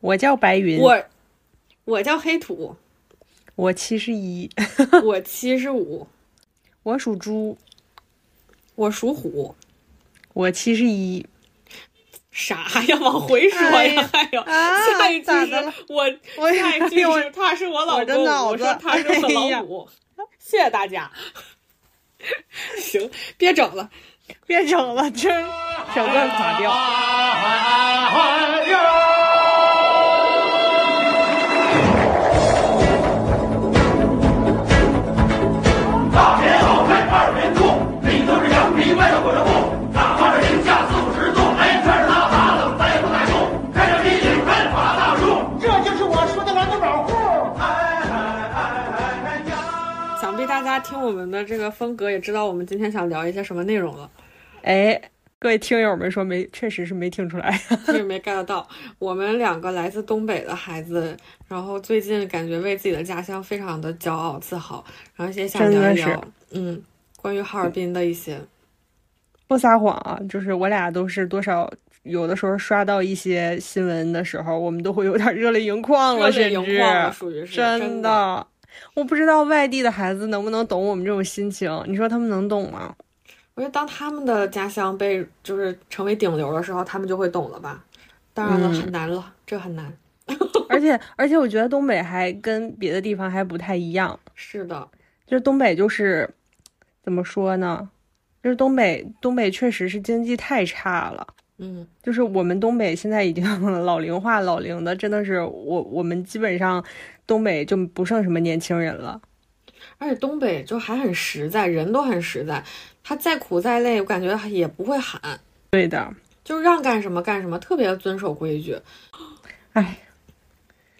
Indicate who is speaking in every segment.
Speaker 1: 我叫白云，
Speaker 2: 我我叫黑土，
Speaker 1: 我七十一，
Speaker 2: 我七十五，
Speaker 1: 我属猪，
Speaker 2: 我属虎，
Speaker 1: 我七十一。
Speaker 2: 啥 呀？往回说
Speaker 1: 哎呀
Speaker 2: 呀！哎呦，
Speaker 1: 啊
Speaker 2: 下一句
Speaker 1: 咋
Speaker 2: 是
Speaker 1: 的了
Speaker 2: 我，
Speaker 1: 我
Speaker 2: 下一句
Speaker 1: 哎
Speaker 2: 是
Speaker 1: 呦
Speaker 2: 他是我
Speaker 1: 我
Speaker 2: 老
Speaker 1: 的
Speaker 2: 公，
Speaker 1: 脑
Speaker 2: 我说
Speaker 1: 子
Speaker 2: 他是我
Speaker 1: 哎呀
Speaker 2: 老虎。谢谢大家。 行，别整了。
Speaker 1: 别整了，这整个垮掉。
Speaker 3: 大别老太二别坐，你就是羊皮外头裹着布，哪怕是零下四五十度，没事儿拉粑粑咱也不难受，开着啤酒干爬大树，这就是我说的蓝的保护。
Speaker 2: 想必大家听我们的这个风格，也知道我们今天想聊一些什么内容了。
Speaker 1: 哎，各位听友们说没，确实是没听出来。
Speaker 2: 就是没 get 到。我们两个来自东北的孩子，然后最近感觉为自己的家乡非常的骄傲自豪，然后也想
Speaker 1: 真的
Speaker 2: 聊一
Speaker 1: 是
Speaker 2: 聊，嗯，关于哈尔滨的一些，
Speaker 1: 不撒谎啊，就是我俩都是多少，有的时候刷到一些新闻的时候，我们都会有点热泪盈眶了，
Speaker 2: 热泪
Speaker 1: 甚
Speaker 2: 盈
Speaker 1: 至
Speaker 2: 眶了，啊属于是真的。
Speaker 1: 的。我不知道外地的孩子能不能懂我们这种心情，你说他们能懂吗？
Speaker 2: 我觉得当他们的家乡被就是成为顶流的时候，他们就会懂了吧？当然了，
Speaker 1: 嗯
Speaker 2: 很难了，这很难。
Speaker 1: 而且而且，我觉得东北还跟别的地方还不太一样，
Speaker 2: 是的，
Speaker 1: 就是东北就是怎么说呢？就是东北东北确实是经济太差了。
Speaker 2: 嗯，
Speaker 1: 就是我们东北现在已经 老龄化，老龄的真的是我我们基本上东北就不剩什么年轻人了。
Speaker 2: 而且东北就还很实在，人都很实在，他再苦再累，我感觉也不会喊，
Speaker 1: 对的，
Speaker 2: 就让干什么干什么，特别遵守规矩。
Speaker 1: 哎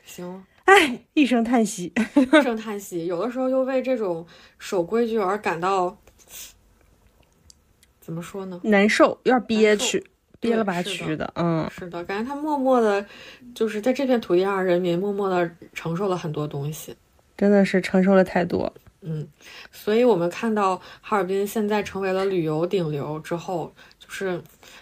Speaker 2: 行，
Speaker 1: 哎，一声叹息。
Speaker 2: 唉声叹息，有的时候又为这种守规矩而感到怎么说呢？
Speaker 1: 难受，有点憋
Speaker 2: 难受
Speaker 1: 屈，
Speaker 2: 对
Speaker 1: 憋了吧
Speaker 2: 是的
Speaker 1: 屈的，嗯，
Speaker 2: 是的，感觉他默默的，就是在这片土地上，人民默默的承受了很多东西。
Speaker 1: 真的是承受了太多。
Speaker 2: 嗯，所以我们看到哈尔滨现在成为了旅游顶流之后，就是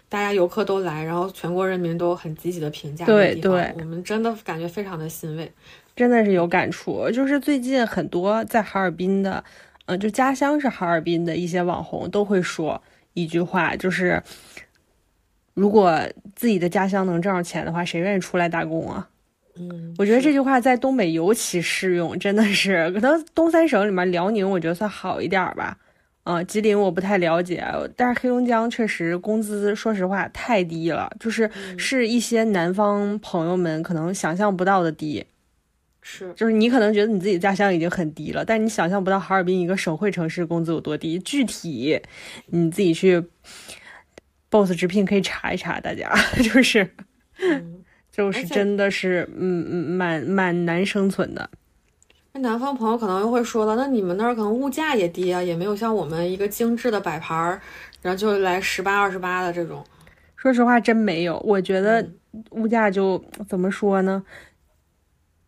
Speaker 2: 大家游客都来，然后全国人民都很积极的评价这个
Speaker 1: 对
Speaker 2: 地方
Speaker 1: 对
Speaker 2: 我们真的感觉非常的欣慰。
Speaker 1: 真的是有感触，就是最近很多在哈尔滨的，嗯、就家乡是哈尔滨的一些网红都会说一句话，就是如果自己的家乡能挣着钱的话，谁愿意出来打工啊？
Speaker 2: 嗯，
Speaker 1: 我觉得
Speaker 2: 是
Speaker 1: 这句话在东北尤其适用，真的是可能东三省里面，辽宁我觉得算好一点儿吧，啊、吉林我不太了解，但是黑龙江确实工资说实话太低了，就是是一些南方朋友们可能想象不到的低，
Speaker 2: 是
Speaker 1: 就是你可能觉得你自己家乡已经很低了，但你想象不到哈尔滨一个省会城市工资有多低，具体你自己去 boss 直聘可以查一查，大家 就是。
Speaker 2: 嗯
Speaker 1: 就是
Speaker 2: 而且
Speaker 1: 真的是，嗯嗯，蛮蛮难生存的。
Speaker 2: 那南方朋友可能又会说了，那你们那儿可能物价也低啊，也没有像我们一个精致的摆盘儿，然后就来十八二十八的这种。
Speaker 1: 说实话，真没有。我觉得
Speaker 2: 嗯
Speaker 1: 物价就怎么说呢？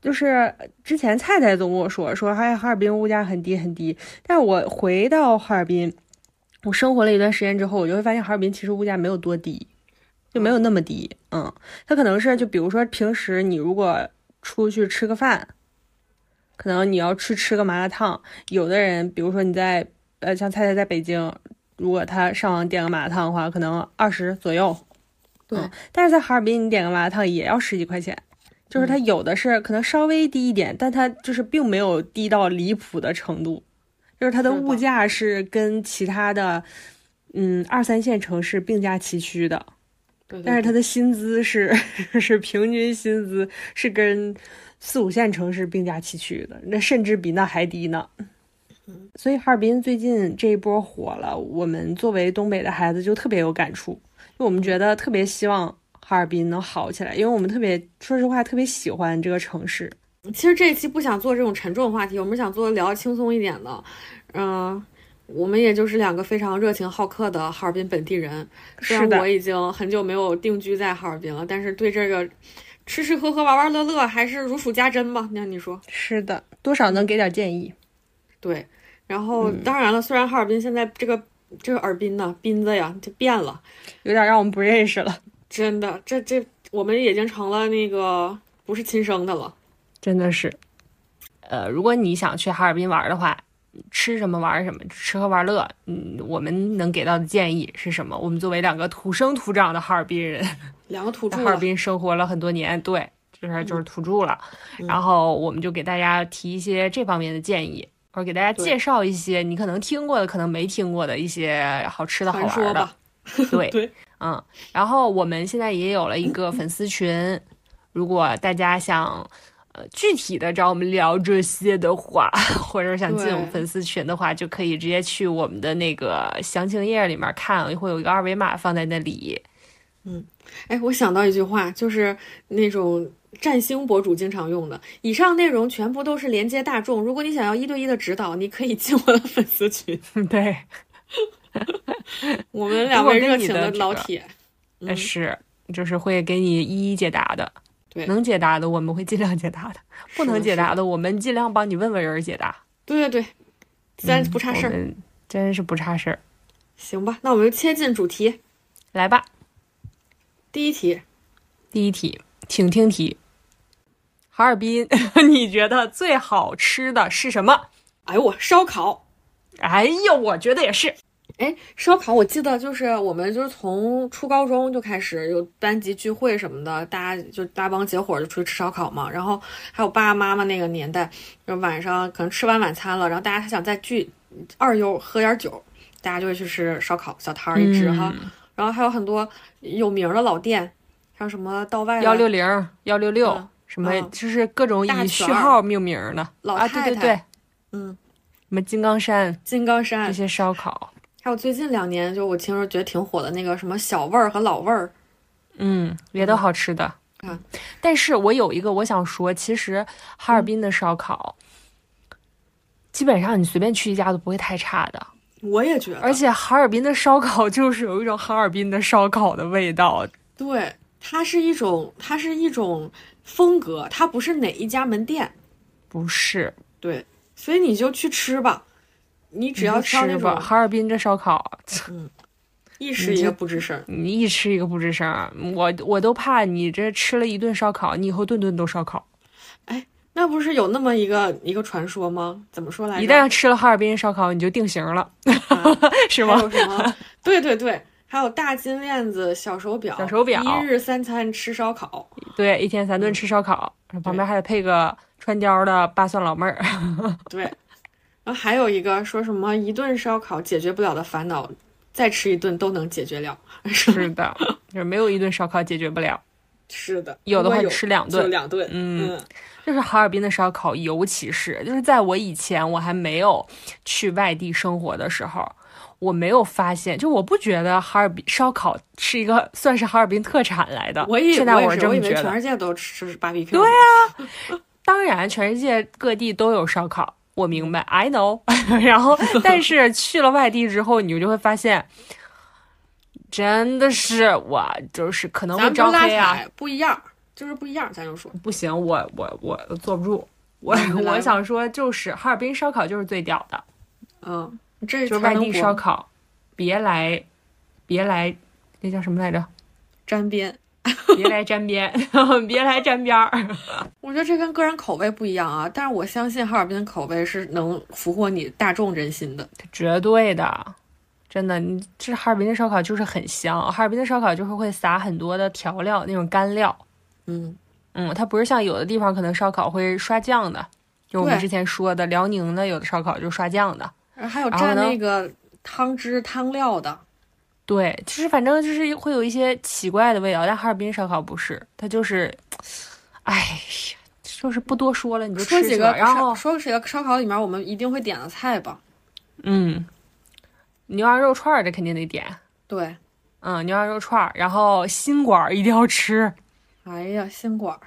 Speaker 1: 就是之前菜菜总跟我说说，哎，哈尔滨物价很低很低。但我回到哈尔滨，我生活了一段时间之后，我就会发现哈尔滨其实物价没有多低，就没有那么低。嗯，它可能是就比如说平时你如果出去吃个饭，可能你要去吃个麻辣烫，有的人比如说你在呃像菜菜在北京，如果他上网点个麻辣烫的话，可能二十左右。
Speaker 2: 对
Speaker 1: 嗯但是在哈尔滨你点个麻辣烫也要十几块钱，就是
Speaker 2: 嗯
Speaker 1: 它有的是可能稍微低一点，但它就是并没有低到离谱的程度，就是它的
Speaker 2: 是的
Speaker 1: 物价是跟其他的嗯二三线城市并驾齐驱的。
Speaker 2: 对对
Speaker 1: 但是他
Speaker 2: 对
Speaker 1: 的薪资是 是平均薪资是跟四五线城市并驾齐驱的，那甚至比那还低呢。所以哈尔滨最近这一波火了，我们作为东北的孩子就特别有感触，就我们觉得特别希望哈尔滨能好起来，因为我们特别说实话特别喜欢这个城市。
Speaker 2: 其实这一期不想做这种沉重话题，我们想做聊轻松一点的。嗯、我们也就是两个非常热情好客的哈尔滨本地人。
Speaker 1: 是
Speaker 2: 虽然啊我
Speaker 1: 的，
Speaker 2: 已经很久没有定居在哈尔滨了，但是对这个吃吃喝喝、玩玩乐乐还是如数家珍吧。那你说？
Speaker 1: 是的，多少能给点建议。
Speaker 2: 对，然后
Speaker 1: 嗯
Speaker 2: 当然了，虽然哈尔滨现在这个这个耳滨呢，斌子呀，就变了，
Speaker 1: 有点让我们不认识了，
Speaker 2: 真的，这这我们已经成了那个不是亲生的了。
Speaker 1: 真的是。呃，如果你想去哈尔滨玩的话，吃什么玩什么，吃喝玩乐，嗯，我们能给到的建议是什么？我们作为两个土生土长的哈尔滨人，
Speaker 2: 两个土著
Speaker 1: 在
Speaker 2: 了，
Speaker 1: 哈尔滨生活了很多年，对，就是就是土著了。
Speaker 2: 嗯
Speaker 1: 然后我们就给大家提一些这方面的建议，或者给大家
Speaker 2: 对
Speaker 1: 介绍一些你可能听过的、可能没听过的一些好吃的、好
Speaker 2: 传说
Speaker 1: 玩的。
Speaker 2: 吧，
Speaker 1: 对，
Speaker 2: 对，
Speaker 1: 嗯，然后我们现在也有了一个粉丝群，如果大家想。呃，具体的找我们聊这些的话，或者是想进我们
Speaker 2: 对
Speaker 1: 粉丝群的话，就可以直接去我们的那个详情页里面看，会有一个二维码放在那里。
Speaker 2: 哎，我想到一句话，就是那种占星博主经常用的：以上内容全部都是连接大众。如果你想要一对一的指导，你可以进我的粉丝群。
Speaker 1: 对，
Speaker 2: 我们两
Speaker 1: 如果
Speaker 2: 位
Speaker 1: 跟
Speaker 2: 热
Speaker 1: 你
Speaker 2: 情
Speaker 1: 的
Speaker 2: 的
Speaker 1: 这
Speaker 2: 老
Speaker 1: 个
Speaker 2: 铁，
Speaker 1: 但嗯是就是会给你一一解答的。
Speaker 2: 对
Speaker 1: 能解答的我们会尽量解答的，不
Speaker 2: 是
Speaker 1: 能
Speaker 2: 的
Speaker 1: 解
Speaker 2: 是
Speaker 1: 答
Speaker 2: 的
Speaker 1: 的我们尽量帮你问问人解答。
Speaker 2: 对对对，咱不差事
Speaker 1: 嗯我
Speaker 2: 儿。
Speaker 1: 们真是不差事儿。
Speaker 2: 行吧，那我们就切进主题。
Speaker 1: 来吧，
Speaker 2: 第一题，
Speaker 1: 第一题，请听题。哈尔滨， 你觉得最好吃的是什么？
Speaker 2: 哎呦我烧烤，
Speaker 1: 哎呦，我觉得也是。
Speaker 2: 哎，烧烤，我记得就是我们就是从初高中就开始有班级聚会什么的，大家就大帮结伙就出去吃烧烤嘛。然后还有爸爸妈妈那个年代，就晚上可能吃完晚餐了，然后大家还想再聚二悠喝点酒，大家就会去吃烧烤小摊儿一支哈。
Speaker 1: 嗯
Speaker 2: 然后还有很多有名儿的老店，像什么道外的啊
Speaker 1: 幺六零、幺六六
Speaker 2: 哎嗯，
Speaker 1: 什么
Speaker 2: 嗯
Speaker 1: 就是各种
Speaker 2: 大
Speaker 1: 以序
Speaker 2: 全儿
Speaker 1: 号命名儿的
Speaker 2: 老
Speaker 1: 啊，对对
Speaker 2: 太太
Speaker 1: 对，
Speaker 2: 嗯，
Speaker 1: 什么金刚山
Speaker 2: 金刚山
Speaker 1: 这些烧烤，
Speaker 2: 还有最近两年，就我听说觉得挺火的那个什么小味儿和老味儿，
Speaker 1: 嗯，也都好吃的。
Speaker 2: 啊，
Speaker 1: 但是我有一个我想说，其实哈尔滨的烧烤，基本上你随便去一家都不会太差的。
Speaker 2: 我也觉得，
Speaker 1: 而且哈尔滨的烧烤 就是有一种哈尔滨的烧烤的味道。
Speaker 2: 对它是一种，它是一种风格，它不是哪一家门店，
Speaker 1: 不是，
Speaker 2: 对，所以你就去吃吧，你只要
Speaker 1: 你就
Speaker 2: 挑那
Speaker 1: 吃吧，
Speaker 2: 种
Speaker 1: 哈尔滨这烧烤，
Speaker 2: 一时
Speaker 1: 你
Speaker 2: 一
Speaker 1: 就
Speaker 2: 个不吱声儿，
Speaker 1: 你一吃一个不吱声儿。我我都怕你这吃了一顿烧烤，你以后顿顿都烧烤。
Speaker 2: 那不是有那么一个一个传说吗？怎么说来着？
Speaker 1: 一旦吃了哈尔滨烧烤，你就定型了，
Speaker 2: 啊
Speaker 1: 是
Speaker 2: 还
Speaker 1: 吗？
Speaker 2: 有什么？对对对，还有大金链子、小手表、
Speaker 1: 小手表
Speaker 2: 一日三餐吃烧烤，
Speaker 1: 对，一天三
Speaker 2: 嗯
Speaker 1: 顿吃烧烤，旁边还得配个穿貂的八蒜老妹儿。
Speaker 2: 对，然后还有一个说什么一顿烧烤解决不了的烦恼，再吃一顿都能解决了。
Speaker 1: 是的，就是没有一顿烧烤解决不了，
Speaker 2: 是的，
Speaker 1: 有的
Speaker 2: 如
Speaker 1: 话
Speaker 2: 果
Speaker 1: 就吃两
Speaker 2: 就
Speaker 1: 顿。
Speaker 2: 两顿。
Speaker 1: 嗯
Speaker 2: 嗯
Speaker 1: 就是哈尔滨的烧烤，尤其是就是在我以前我还没有去外地生活的时候，我没有发现，就我不觉得哈尔滨烧烤是一个 算是哈尔滨特产来的。
Speaker 2: 我以
Speaker 1: 啊现在
Speaker 2: 也
Speaker 1: 是
Speaker 2: 是，
Speaker 1: 这
Speaker 2: 我
Speaker 1: 么
Speaker 2: 以为
Speaker 1: 觉
Speaker 2: 全
Speaker 1: 得。
Speaker 2: 世界都吃 BBQ。
Speaker 1: 对
Speaker 2: 啊，
Speaker 1: 当然，全世界各地都有烧烤，我明白，I know 。 然 后，但是去了外地之后，你就会发现，真的是我就是可能
Speaker 2: 咱
Speaker 1: 会
Speaker 2: 们就
Speaker 1: 招
Speaker 2: 拉
Speaker 1: 黑啊。
Speaker 2: 踩不一样，就是不一样，咱就说
Speaker 1: 不行，我我我坐不 住。我
Speaker 2: 来吧
Speaker 1: 我想说，就是哈尔滨烧烤就是最屌的，
Speaker 2: 嗯，这
Speaker 1: 就是
Speaker 2: 才
Speaker 1: 外
Speaker 2: 能
Speaker 1: 地
Speaker 2: 火
Speaker 1: 烧烤，别来，别来，那叫什么来着？
Speaker 2: 沾边。
Speaker 1: 别来沾边， 别来沾边儿。
Speaker 2: 我觉得这跟个人口味不一样啊，但是我相信哈尔滨的口味是能俘获你大众人心的。
Speaker 1: 绝对的，真的，你这哈尔滨的烧烤就是很香。哈尔滨的烧烤就是会撒很多的调料，那种干料。
Speaker 2: 嗯，
Speaker 1: 嗯，它不是像有的地方可能烧烤会刷酱的，就我们
Speaker 2: 对
Speaker 1: 之前说的，辽宁的有的烧烤就是刷酱的。
Speaker 2: 然后还有
Speaker 1: 然后
Speaker 2: 蘸
Speaker 1: 呢
Speaker 2: 那个汤汁汤料的，
Speaker 1: 对，就是反正就是会有一些奇怪的味道，但哈尔滨烧烤不是，它就是，哎呀，就是不多说了，你就
Speaker 2: 说
Speaker 1: 吃
Speaker 2: 几
Speaker 1: 去
Speaker 2: 个
Speaker 1: 吧。，然后，
Speaker 2: 说几个烧烤里面我们一定会点的菜吧？
Speaker 1: 嗯，牛羊肉串儿这肯定得点，
Speaker 2: 对，
Speaker 1: 嗯，牛羊肉串儿，然后新馆儿一定要吃，
Speaker 2: 哎呀，新馆儿，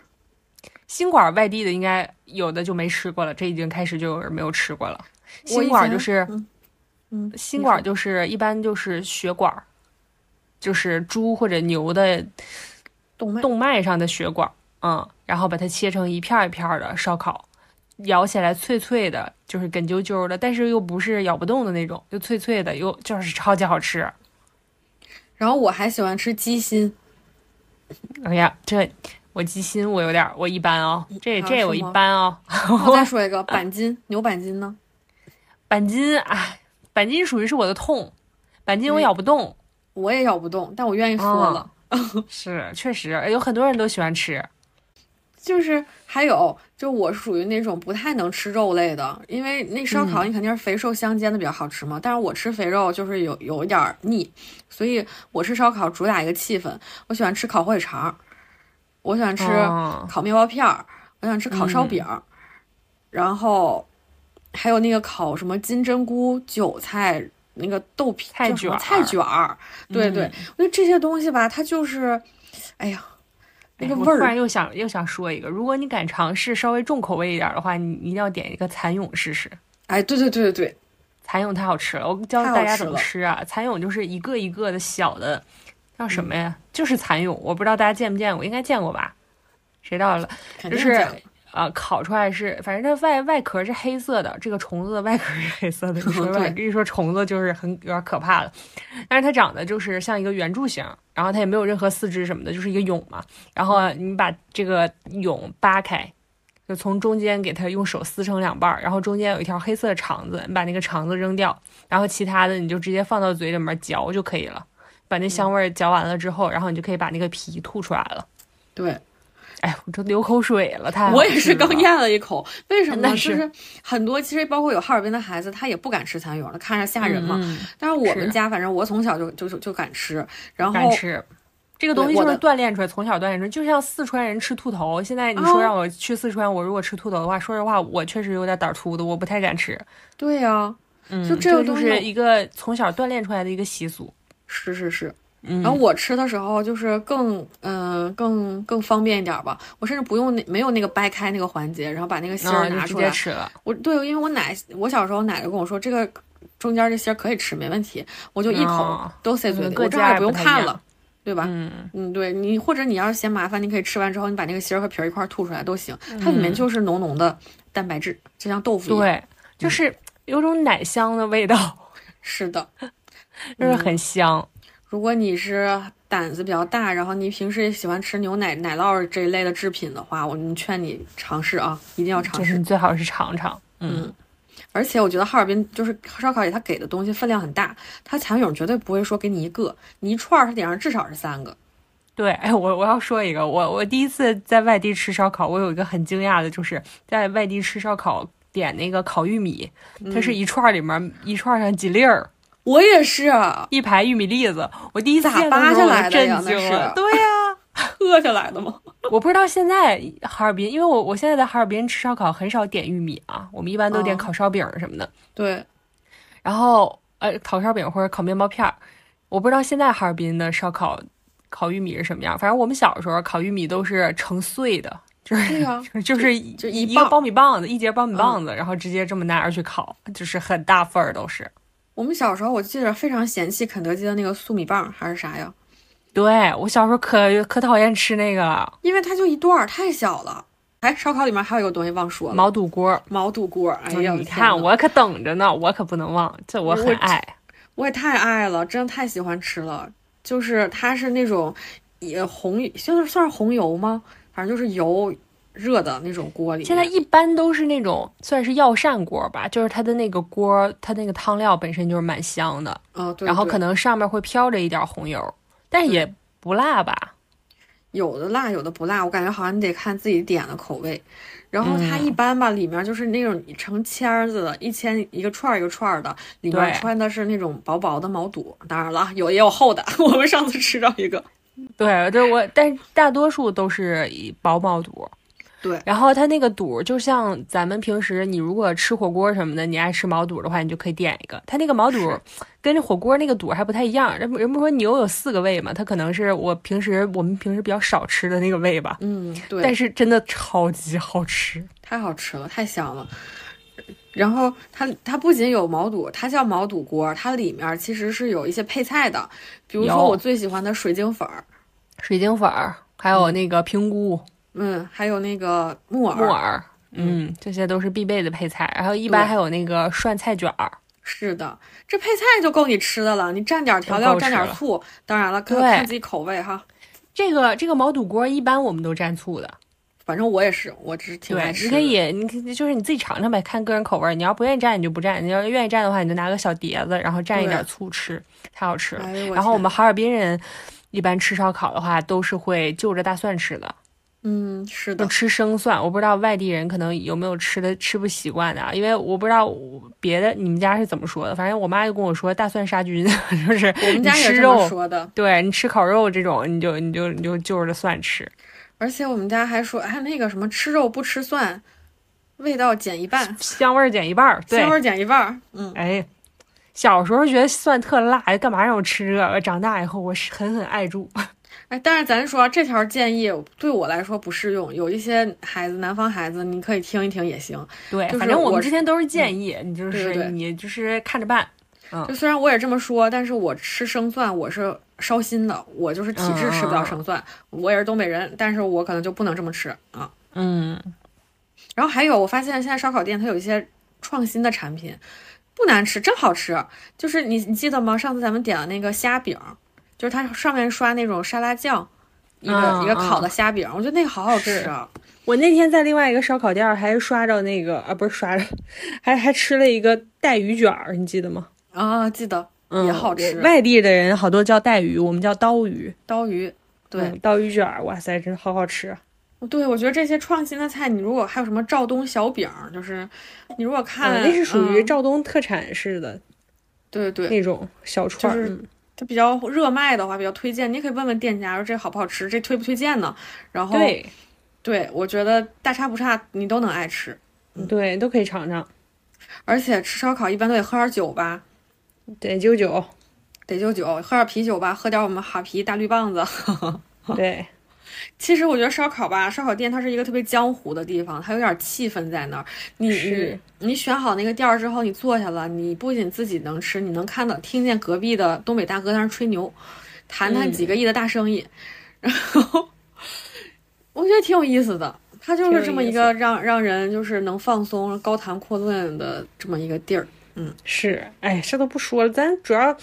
Speaker 1: 新馆儿外地的应该有的就没吃过了，这已经开始就有人没有吃过了。
Speaker 2: 我
Speaker 1: 新
Speaker 2: 以
Speaker 1: 馆儿
Speaker 2: 前
Speaker 1: 就是
Speaker 2: 嗯嗯，
Speaker 1: 新馆儿就是一般就是血管儿，就是猪或者牛的
Speaker 2: 动脉，
Speaker 1: 动脉上的血管，嗯，然后把它切成一片儿一片儿的烧烤，咬起来脆脆的，就是哏啾啾的，但是又不是咬不动的那种，又脆脆的，又就是超级好吃。
Speaker 2: 然后我还喜欢吃鸡心，
Speaker 1: 哎呀，这我鸡心我有点儿我一般哦，这
Speaker 2: 嗯好
Speaker 1: 这
Speaker 2: 吃
Speaker 1: 我一
Speaker 2: 吗
Speaker 1: 般哦。
Speaker 2: 我再说一个板筋，牛板筋呢？
Speaker 1: 板筋，哎，板筋属于是我的痛，板筋我
Speaker 2: 嗯
Speaker 1: 咬不动，嗯
Speaker 2: 我也咬不动，但我愿意
Speaker 1: 哦
Speaker 2: 说了。
Speaker 1: 是确实有很多人都喜欢吃，
Speaker 2: 就是还有，就我属于那种不太能吃肉类的，因为那烧烤
Speaker 1: 嗯
Speaker 2: 你肯定是肥瘦相间的比较好吃嘛。但是我吃肥肉就是有有一点儿腻，所以我吃烧烤主打一个气氛。我喜欢吃烤火腿肠儿，我喜欢吃
Speaker 1: 嗯
Speaker 2: 烤面包片儿，我想吃烤烧饼儿，然后还有那个烤什么金针菇、韭菜、那个豆皮、
Speaker 1: 菜
Speaker 2: 叫什
Speaker 1: 卷儿
Speaker 2: 么
Speaker 1: 嗯
Speaker 2: 菜卷儿。对对，我觉得这些东西吧，它就是，哎呀，那
Speaker 1: 哎
Speaker 2: 个
Speaker 1: 我
Speaker 2: 味儿
Speaker 1: 突然又想又想说一个，如果你敢尝试稍微重口味一点儿的话，你一定要点一个蚕蛹试试。
Speaker 2: 哎，对对对对对，
Speaker 1: 蚕蛹太好吃了，我教
Speaker 2: 太好
Speaker 1: 大家
Speaker 2: 吃
Speaker 1: 怎么
Speaker 2: 了
Speaker 1: 吃啊！蚕蛹就是一个一个的小的，叫
Speaker 2: 嗯
Speaker 1: 什么呀？就是蚕蛹，我不知道大家见没见过，应该见过吧？谁到了？
Speaker 2: 肯
Speaker 1: 就
Speaker 2: 定
Speaker 1: 是
Speaker 2: 这样
Speaker 1: 啊、烤出来是，反正它外外壳是黑色的，这个虫子的外壳是黑色的。你 说外一说虫子就是很有点可怕了，但是它长得就是像一个圆柱形，然后它也没有任何四肢什么的，就是一个蛹嘛。然后啊你把这个蛹扒开，就从中间给它用手撕成两半儿，然后中间有一条黑色的肠子，你把那个肠子扔掉，然后其他的你就直接放到嘴里面嚼就可以了。把那
Speaker 2: 嗯
Speaker 1: 香味儿嚼完了之后，然后你就可以把那个皮吐出来了。
Speaker 2: 对，
Speaker 1: 哎，我都流口水了，太好
Speaker 2: 我也
Speaker 1: 吃
Speaker 2: 是刚
Speaker 1: 了
Speaker 2: 咽了一口，为什么呢？
Speaker 1: 那
Speaker 2: 就是是很多其实包括有哈尔滨的孩子，他也不敢吃蚕蛹了，看着吓人嘛。但是我
Speaker 1: 嗯是
Speaker 2: 们家反正我从小就就就就敢吃，然后
Speaker 1: 敢吃。这个东西
Speaker 2: 对我
Speaker 1: 就
Speaker 2: 的
Speaker 1: 是锻炼出来，从小锻炼出来，就像四川人吃兔头。现在你
Speaker 2: 哦
Speaker 1: 说让我去四川，我如果吃兔头的话，说实话，我确实有点胆儿粗的，我不太敢吃。
Speaker 2: 对呀、就
Speaker 1: 嗯
Speaker 2: 这
Speaker 1: 个就
Speaker 2: 个东西
Speaker 1: 是一个从小锻炼出来的一个习俗。
Speaker 2: 是是是。
Speaker 1: 嗯
Speaker 2: 然后我吃的时候就是更嗯、呃更更方便一点吧，我甚至不用那没有那个掰开那个环节，然后把那个芯儿
Speaker 1: 嗯就
Speaker 2: 拿
Speaker 1: 直
Speaker 2: 出
Speaker 1: 接
Speaker 2: 来。
Speaker 1: 吃了。
Speaker 2: 我对，因为我奶我小时候奶就跟我说这个。中间这芯儿可以吃，没问题，我就一口
Speaker 1: 哦
Speaker 2: 都塞嘴里，
Speaker 1: 各
Speaker 2: 我这
Speaker 1: 家
Speaker 2: 样
Speaker 1: 也
Speaker 2: 不用
Speaker 1: 不太一
Speaker 2: 看
Speaker 1: 样
Speaker 2: 了，对吧？
Speaker 1: 嗯，
Speaker 2: 嗯，对你，或者你要是嫌麻烦，你可以吃完之后，你把那个芯儿和皮儿一块儿吐出来都行。它里面就是浓浓的蛋白质，就像豆腐
Speaker 1: 嗯
Speaker 2: 一样。，
Speaker 1: 对，就是
Speaker 2: 嗯
Speaker 1: 有种奶香的味道，
Speaker 2: 是的。
Speaker 1: 就是
Speaker 2: 嗯
Speaker 1: 很香。
Speaker 2: 如果你是胆子比较大，然后你平时也喜欢吃牛奶、奶酪这一类的制品的话，我们劝你尝试啊，一定要尝
Speaker 1: 就是
Speaker 2: 试
Speaker 1: 你。最好是尝尝。嗯，
Speaker 2: 而且我觉得哈尔滨就是烧烤里，它给的东西分量很大，它蚕蛹绝对不会说给你一个，你一串儿它得让至少是三个。
Speaker 1: 对，哎，我我要说一个，我我第一次在外地吃烧烤，我有一个很惊讶的，就是在外地吃烧烤点那个烤玉米，它
Speaker 2: 嗯
Speaker 1: 是一串儿里面一串儿上几粒儿，
Speaker 2: 我也是 啊
Speaker 1: 一排玉米粒子。我第一次
Speaker 2: 咋
Speaker 1: 见到的
Speaker 2: 扒
Speaker 1: 时
Speaker 2: 下
Speaker 1: 候我
Speaker 2: 来
Speaker 1: 就
Speaker 2: 的呀
Speaker 1: 震惊
Speaker 2: 那是
Speaker 1: 了。对呀、
Speaker 2: 刻下来 的吗？
Speaker 1: 我不知道现在哈尔滨，因为我我现在在哈尔滨吃烧烤很少点玉米啊，我们一般都点
Speaker 2: 哦
Speaker 1: 烤烧饼儿什么的。
Speaker 2: 对，
Speaker 1: 然后呃，烤烧饼或者烤面包片儿，我不知道现在哈尔滨的烧烤烤玉米是什么样。反正我们小时候烤玉米都是成碎的，就是
Speaker 2: 对呀
Speaker 1: 就是
Speaker 2: 就
Speaker 1: 一
Speaker 2: 一嗯
Speaker 1: 个
Speaker 2: 棒
Speaker 1: 苞米棒子，一节苞米棒子，然后直接这么拿着去烤，就是很大份儿都是。
Speaker 2: 我们小时候我记得非常嫌弃肯德基的那个粟米棒还是啥呀，
Speaker 1: 对我小时候可可讨厌吃那个
Speaker 2: 因为它就一段儿太小了。哎，烧烤里面还有一个东西忘说了，
Speaker 1: 毛肚锅儿，
Speaker 2: 毛肚锅儿。哎呀，
Speaker 1: 你
Speaker 2: 天
Speaker 1: 看
Speaker 2: 呐
Speaker 1: 我可等着呢，我可不能忘，这我
Speaker 2: 我
Speaker 1: 很爱。
Speaker 2: 我也太爱了，真的太喜欢吃了。就是它是那种也红，就是算是红油吗？反正就是油热的那种锅里面。
Speaker 1: 现在一般都是那种算是药膳锅吧，就是它的那个锅，它那个汤料本身就是蛮香的，
Speaker 2: 嗯、对，
Speaker 1: 然后
Speaker 2: 对
Speaker 1: 可能上面会飘着一点红油，但也不辣吧？
Speaker 2: 有的辣，有的不辣，我感觉好像你得看自己点的口味。然后它
Speaker 1: 嗯
Speaker 2: 一般吧，里面就是那种成签儿子的，一签一个串儿一个串儿的，里面
Speaker 1: 对
Speaker 2: 穿的是那种薄薄的毛肚。当然了，有也有厚的。 我们上次吃到一个，
Speaker 1: 对，对我，但是大多数都是以薄毛肚。
Speaker 2: 对
Speaker 1: 然后它那个肚儿就像咱们平时，你如果吃火锅什么的，你爱吃毛肚的话，你就可以点一个。它那个毛肚
Speaker 2: 是
Speaker 1: 跟这火锅那个肚儿还不太一样。人不人不说牛有四个胃嘛，它可能是我平时我们平时比较少吃的那个胃吧。
Speaker 2: 嗯，对，
Speaker 1: 但是真的超级好吃，
Speaker 2: 太好吃了，太香了。然后它它不仅有毛肚，它叫毛肚锅，它里面其实是有一些配菜的，比如
Speaker 1: 有
Speaker 2: 说我最喜欢的水晶粉儿，
Speaker 1: 水晶粉儿，还有那个平菇、
Speaker 2: 嗯，还有那个木耳，
Speaker 1: 木耳，嗯，这些都是必备的配菜。然后一般
Speaker 2: 对
Speaker 1: 还有那个涮菜卷儿，
Speaker 2: 是的，这配菜就够你吃的了，你蘸点调
Speaker 1: 就
Speaker 2: 料，
Speaker 1: 够吃
Speaker 2: 蘸点
Speaker 1: 了
Speaker 2: 醋，当然了，看
Speaker 1: 对
Speaker 2: 看自己口味哈。
Speaker 4: 这个这个毛肚锅一般我们都蘸醋的，
Speaker 2: 反正我也是，我只是挺爱
Speaker 4: 对，
Speaker 2: 吃
Speaker 4: 你
Speaker 2: 的。
Speaker 4: 可以，你可以就是你自己尝尝呗，看个人口味儿。你要不愿意蘸你就不蘸，你要愿意蘸的话，你就拿个小碟子，然后蘸一
Speaker 2: 对
Speaker 4: 点醋吃，太好吃了。
Speaker 2: 哎呦
Speaker 4: 然后我
Speaker 2: 天
Speaker 4: 们哈尔滨人一般吃烧烤的话，都是会就着大蒜吃的，
Speaker 2: 嗯，是
Speaker 4: 就
Speaker 2: 的，
Speaker 4: 吃生蒜。我不知道外地人可能有没有吃的吃不习惯的啊，因为我不知道我别的你们家是怎么说的，反正我妈就跟我说大蒜杀菌， 就是
Speaker 2: 我们家
Speaker 4: 你
Speaker 2: 也
Speaker 4: 吃
Speaker 2: 这么
Speaker 4: 肉，
Speaker 2: 说的。
Speaker 4: 对你吃烤肉这种，你就你就你就就着蒜吃。
Speaker 2: 而且我们家还说，哎，那个什么，吃肉不吃蒜，味道减一半，
Speaker 4: 香味儿减一半儿，对
Speaker 2: 香味，儿减一半儿。嗯，
Speaker 4: 哎，小时候觉得蒜特辣，哎干嘛让我吃这个？长大以后我是狠狠爱住。
Speaker 2: 哎，但是咱说啊这条建议对我来说不适用，有一些孩子，南方孩子，你可以听一听也行。
Speaker 4: 对，
Speaker 2: 就是
Speaker 4: 反正我
Speaker 2: 我
Speaker 4: 们
Speaker 2: 是
Speaker 4: 之前都是建议，你就
Speaker 2: 对
Speaker 4: 是
Speaker 2: 对对
Speaker 4: 你就是看着办。
Speaker 2: 就虽然我也这么说，但是我吃生蒜我是烧心的，我就是体质吃
Speaker 4: 嗯嗯
Speaker 1: 啊
Speaker 2: 不了
Speaker 4: 嗯
Speaker 2: 生蒜，我也是东北人，但是我可能就不能这么吃啊。
Speaker 4: 嗯，
Speaker 2: 然后还有，我发现现在烧烤店它有一些创新的产品，不难吃，真好吃。就是你你记得吗？上次咱们点了那个虾饼，就是它上面刷那种沙拉酱，一个、
Speaker 4: 嗯
Speaker 1: 啊
Speaker 2: 一个烤的虾饼，我觉得那个好好吃啊。
Speaker 1: 我那天在另外一个烧烤店儿还刷着那个啊，不是刷着， 还还吃了一个带鱼卷儿，你记得吗？
Speaker 2: 啊，记得
Speaker 1: 嗯，
Speaker 2: 也好吃
Speaker 1: 我外地的人好多叫带鱼，我们叫刀鱼。
Speaker 2: 刀鱼。对、
Speaker 1: 嗯刀鱼卷儿，哇塞，真好好吃啊。
Speaker 2: 对，我觉得这些创新的菜，你如果还有什么肇东小饼，就是你如果看、
Speaker 1: 嗯那是属于
Speaker 2: 嗯
Speaker 1: 肇东特产式的
Speaker 2: 对对，
Speaker 1: 那种小串儿。
Speaker 2: 就是
Speaker 1: 嗯
Speaker 2: 它比较热卖的话，比较推荐，你可以问问店家说这好不好吃，这推不推荐呢？然后
Speaker 4: 对，
Speaker 2: 对我觉得大差不差，你都能爱吃。哦
Speaker 1: 对，都可以尝尝。
Speaker 2: 而且吃烧烤一般都得喝点酒吧，
Speaker 1: 对，九九，
Speaker 2: 得就酒，喝点啤酒吧，喝点我们哈啤大绿棒子。
Speaker 1: 对，
Speaker 2: 其实我觉得烧烤吧，烧烤店它是一个特别江湖的地方，它有点气氛在那儿。你
Speaker 1: 是
Speaker 2: 你你选好那个店儿之后，你坐下了，你不仅自己能吃，你能看到听见隔壁的东北大哥在那儿吹牛，谈谈几个
Speaker 1: 嗯
Speaker 2: 亿的大生意， 然后我觉得挺有意思的。它就
Speaker 1: 挺有
Speaker 2: 是这么
Speaker 1: 意
Speaker 2: 一个让让人就是能放松、高谈阔论的这么一个地儿。
Speaker 1: 是，哎，这都不说了，咱主要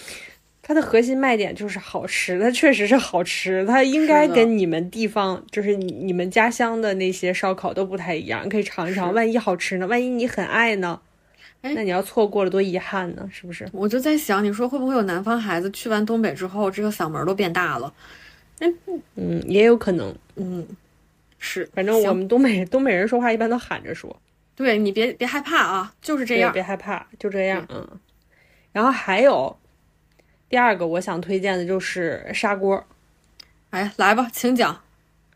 Speaker 1: 它的核心卖点就是好吃，它确实是好吃，它应
Speaker 2: 是
Speaker 1: 该
Speaker 2: 的
Speaker 1: 跟你们地方，就是你你们家乡的那些烧烤都不太一样，可以尝一尝，
Speaker 2: 是
Speaker 1: 万一好吃呢，万一你很爱呢，
Speaker 2: 哎
Speaker 1: 那你要错过了多遗憾呢，是不是？
Speaker 2: 我就在想，你说会不会有南方孩子去完东北之后，这个嗓门儿都变大了？
Speaker 1: 嗯，也有可能，
Speaker 2: 嗯，是，
Speaker 1: 反正我
Speaker 2: 行
Speaker 1: 们东北东北人说话一般都喊着说，
Speaker 2: 对你别别害怕啊，就是这
Speaker 1: 对
Speaker 2: 样。
Speaker 1: 别害怕，就这样，嗯。然后还有第二个我想推荐的就是砂锅，
Speaker 2: 哎，来吧，请讲。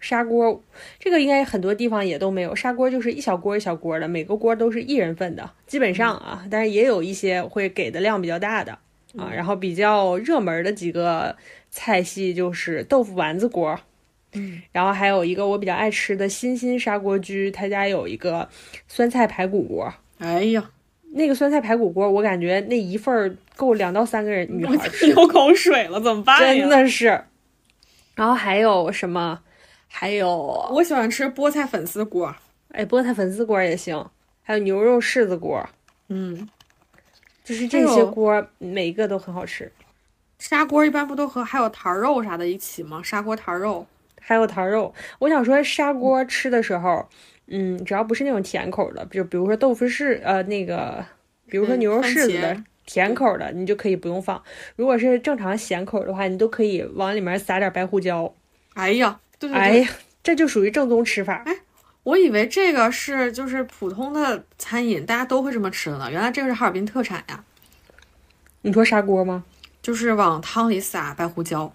Speaker 1: 砂锅，这个应该很多地方也都没有。砂锅就是一小锅一小锅的，每个锅都是一人份的，基本上啊，
Speaker 2: 嗯
Speaker 1: 但是也有一些会给的量比较大的啊。然后比较热门的几个菜系就是豆腐丸子锅，
Speaker 2: 嗯，
Speaker 1: 然后还有一个我比较爱吃的欣欣砂锅居，他家有一个酸菜排骨锅。
Speaker 2: 哎呀，
Speaker 1: 那个酸菜排骨锅，我感觉那一份儿够两到三个人女
Speaker 2: 我
Speaker 1: 孩儿 吃，
Speaker 2: 流口水了，怎么办呀？
Speaker 1: 真，的是。然后还有什么？还有
Speaker 2: 我喜欢吃菠菜粉丝锅。
Speaker 1: 哎，菠菜粉丝锅也行，还有牛肉柿子锅，
Speaker 2: 嗯，
Speaker 1: 就是
Speaker 2: 还
Speaker 1: 这
Speaker 2: 有
Speaker 1: 些锅每一个都很好吃。
Speaker 2: 砂锅一般不都和还有坛儿肉啥的一起吗？砂锅坛儿肉。
Speaker 1: 还有糖肉，我想说砂锅吃的时候，嗯，只要不是那种甜口的，就比如说豆腐柿，呃，那个，比如说
Speaker 2: 嗯
Speaker 1: 牛肉
Speaker 2: 番
Speaker 1: 柿子
Speaker 2: 茄
Speaker 1: 的、甜口的，你就可以不用放。如果是正常咸口的话，你都可以往里面撒点白胡椒。
Speaker 2: 哎呀，对对对，
Speaker 1: 哎呀，这就属于正宗吃法。
Speaker 2: 我以为这个是就是普通的餐饮，大家都会这么吃的呢。原来这个是哈尔滨特产呀，
Speaker 1: 你说砂锅吗？
Speaker 2: 就是往汤里撒白胡椒。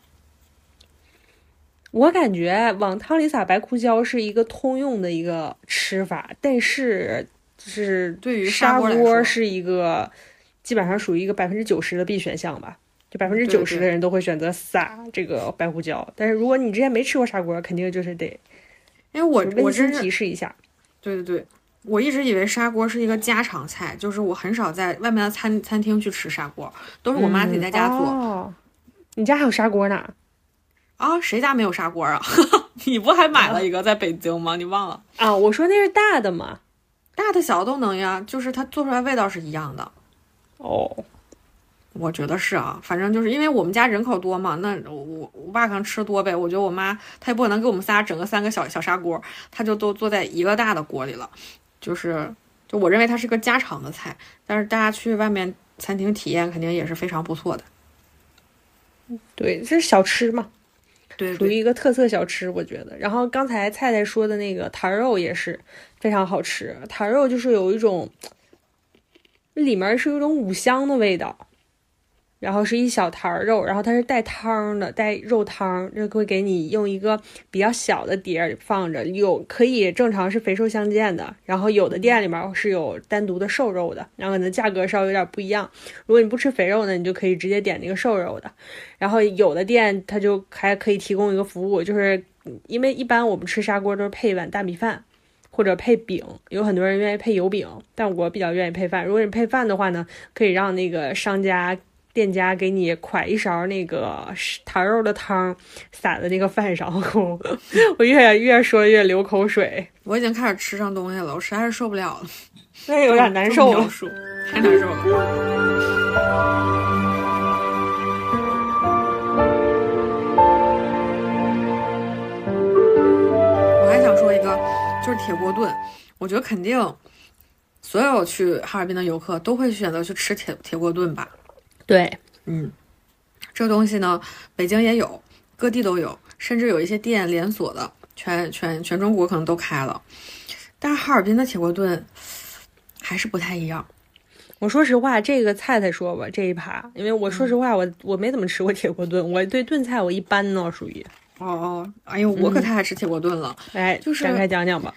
Speaker 1: 我感觉往汤里撒白胡椒是一个通用的一个吃法，但是就是
Speaker 2: 对于
Speaker 1: 砂
Speaker 2: 砂锅来
Speaker 1: 锅
Speaker 2: 说
Speaker 1: 是一个基本上属于一个百分之九十的必选项吧，就百分之
Speaker 2: 对
Speaker 1: 九十的人都会选择撒这个白胡椒。但是如果你之前没吃过砂锅，肯定就是得
Speaker 2: 因为我我
Speaker 1: 温
Speaker 2: 真
Speaker 1: 馨
Speaker 2: 是
Speaker 1: 提示一下。
Speaker 2: 对对对，我一直以为砂锅是一个家常菜，就是我很少在外面的餐餐厅去吃砂锅，都是我妈自己在家做。
Speaker 1: 嗯哦你家还有砂锅呢？
Speaker 2: 啊，谁家没有砂锅啊？ 你不还买了一个在北京吗？你忘了？
Speaker 1: 啊，我说那是大的嘛。
Speaker 2: 大的小的都能呀，就是它做出来味道是一样的。
Speaker 1: 哦，
Speaker 2: 我觉得是啊，反正就是因为我们家人口多嘛，那我我我爸可能吃多呗，我觉得我妈她也不可能给我们仨整个三个小小砂锅，她就都做在一个大的锅里了，就是就我认为它是个家常的菜，但是大家去外面餐厅体验肯定也是非常不错的。
Speaker 1: 对，这是小吃嘛，
Speaker 2: 对
Speaker 1: 属于一个特色小吃，我觉得。然后刚才菜菜说的那个坛肉也是非常好吃，坛肉就是有一种里面是有一种五香的味道，然后是一小坛儿肉，然后它是带汤的，带肉汤，这会给你用一个比较小的碟儿放着，有可以正常是肥瘦相间的，然后有的店里面是有单独的瘦肉的，然后可能价格稍微有点不一样。如果你不吃肥肉呢，你就可以直接点那个瘦肉的。然后有的店它就还可以提供一个服务，就是因为一般我们吃砂锅都是配一碗大米饭或者配饼，有很多人愿意配油饼，但我比较愿意配饭。如果你配饭的话呢，可以让那个商家。店家给你㧟一勺那个坛肉的汤，撒在那个饭上，我 我越越说越流口水，
Speaker 2: 我已经开始吃上东西了，我实在是受不了了，
Speaker 1: 那有
Speaker 2: 哎
Speaker 1: 点难受
Speaker 2: 了
Speaker 1: 了。，
Speaker 2: 太难受了。我还想说一个，就是铁锅炖，我觉得肯定所有去哈尔滨的游客都会选择去吃铁铁锅炖吧。
Speaker 1: 对，
Speaker 2: 嗯，这个东西呢，北京也有，各地都有，甚至有一些店连锁的，全全全中国可能都开了。但是哈尔滨的铁锅炖还是不太一样。
Speaker 1: 我说实话，这个菜菜说吧，这一趴，因为我说实话，我我没怎么吃过铁锅炖，我对炖菜我一般呢，属于。
Speaker 2: 哦哦，哎呦，
Speaker 1: 嗯
Speaker 2: 我可太爱吃铁锅炖了。
Speaker 1: 来，
Speaker 2: 就是
Speaker 1: 展开讲讲吧。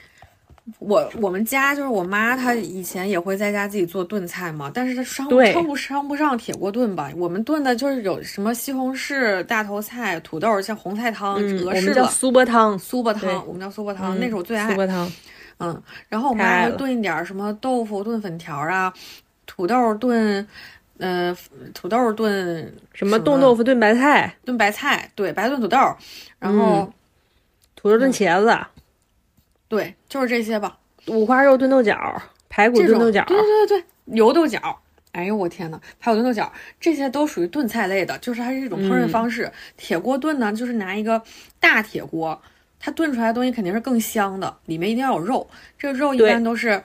Speaker 2: 我我们家就是我妈，她以前也会在家自己做炖菜嘛，但是她称
Speaker 1: 对
Speaker 2: 称不称不上铁锅炖吧。我们炖的就是有什么西红柿、大头菜、土豆，像红菜汤、
Speaker 1: 嗯，
Speaker 2: 俄
Speaker 1: 我
Speaker 2: 式啊
Speaker 1: 们叫
Speaker 2: 的
Speaker 1: 苏泊汤，
Speaker 2: 苏泊
Speaker 1: 对
Speaker 2: 汤，我们叫苏泊汤，
Speaker 1: 嗯
Speaker 2: 那是我最爱
Speaker 1: 苏。泊汤。
Speaker 2: 嗯，然后我
Speaker 1: 太
Speaker 2: 妈
Speaker 1: 爱
Speaker 2: 还会
Speaker 1: 了
Speaker 2: 炖一点儿什么豆腐炖粉条啊，土豆炖，呃，土豆炖
Speaker 1: 什么冻豆腐炖白菜，
Speaker 2: 炖白菜，对，白炖土豆，然后、
Speaker 1: 嗯土
Speaker 2: 嗯
Speaker 1: 豆炖茄子，
Speaker 2: 对，就是这些吧，
Speaker 1: 五花肉炖豆角，排骨
Speaker 2: 这
Speaker 1: 炖
Speaker 2: 种
Speaker 1: 豆角。
Speaker 2: 对对对对，油豆角。哎呦我天呐，还有炖豆角，这些都属于炖菜类的，就是它是一种烹饪
Speaker 1: 嗯
Speaker 2: 方式。铁锅炖呢，就是拿一个大铁锅，它炖出来的东西肯定是更香的，里面一定要有肉。这个肉一
Speaker 1: 对
Speaker 2: 般都是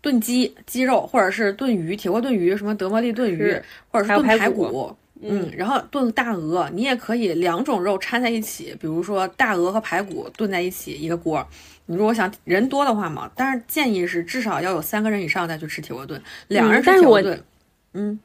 Speaker 2: 炖鸡、鸡肉，或者是炖鱼，铁锅炖鱼，什么德莫利炖鱼
Speaker 1: 是，
Speaker 2: 或者是
Speaker 1: 还有
Speaker 2: 炖
Speaker 1: 排
Speaker 2: 排
Speaker 1: 骨
Speaker 2: 骨。嗯，然后炖大鹅，你也可以两种肉掺在一起，比如说大鹅和排骨炖在一起一个锅。你如果想人多的话嘛，但是建议是至少要有三个人以上再去吃铁锅炖，两个人
Speaker 1: 嗯
Speaker 2: 吃
Speaker 1: 但是
Speaker 2: 铁锅
Speaker 1: 我
Speaker 2: 炖，嗯，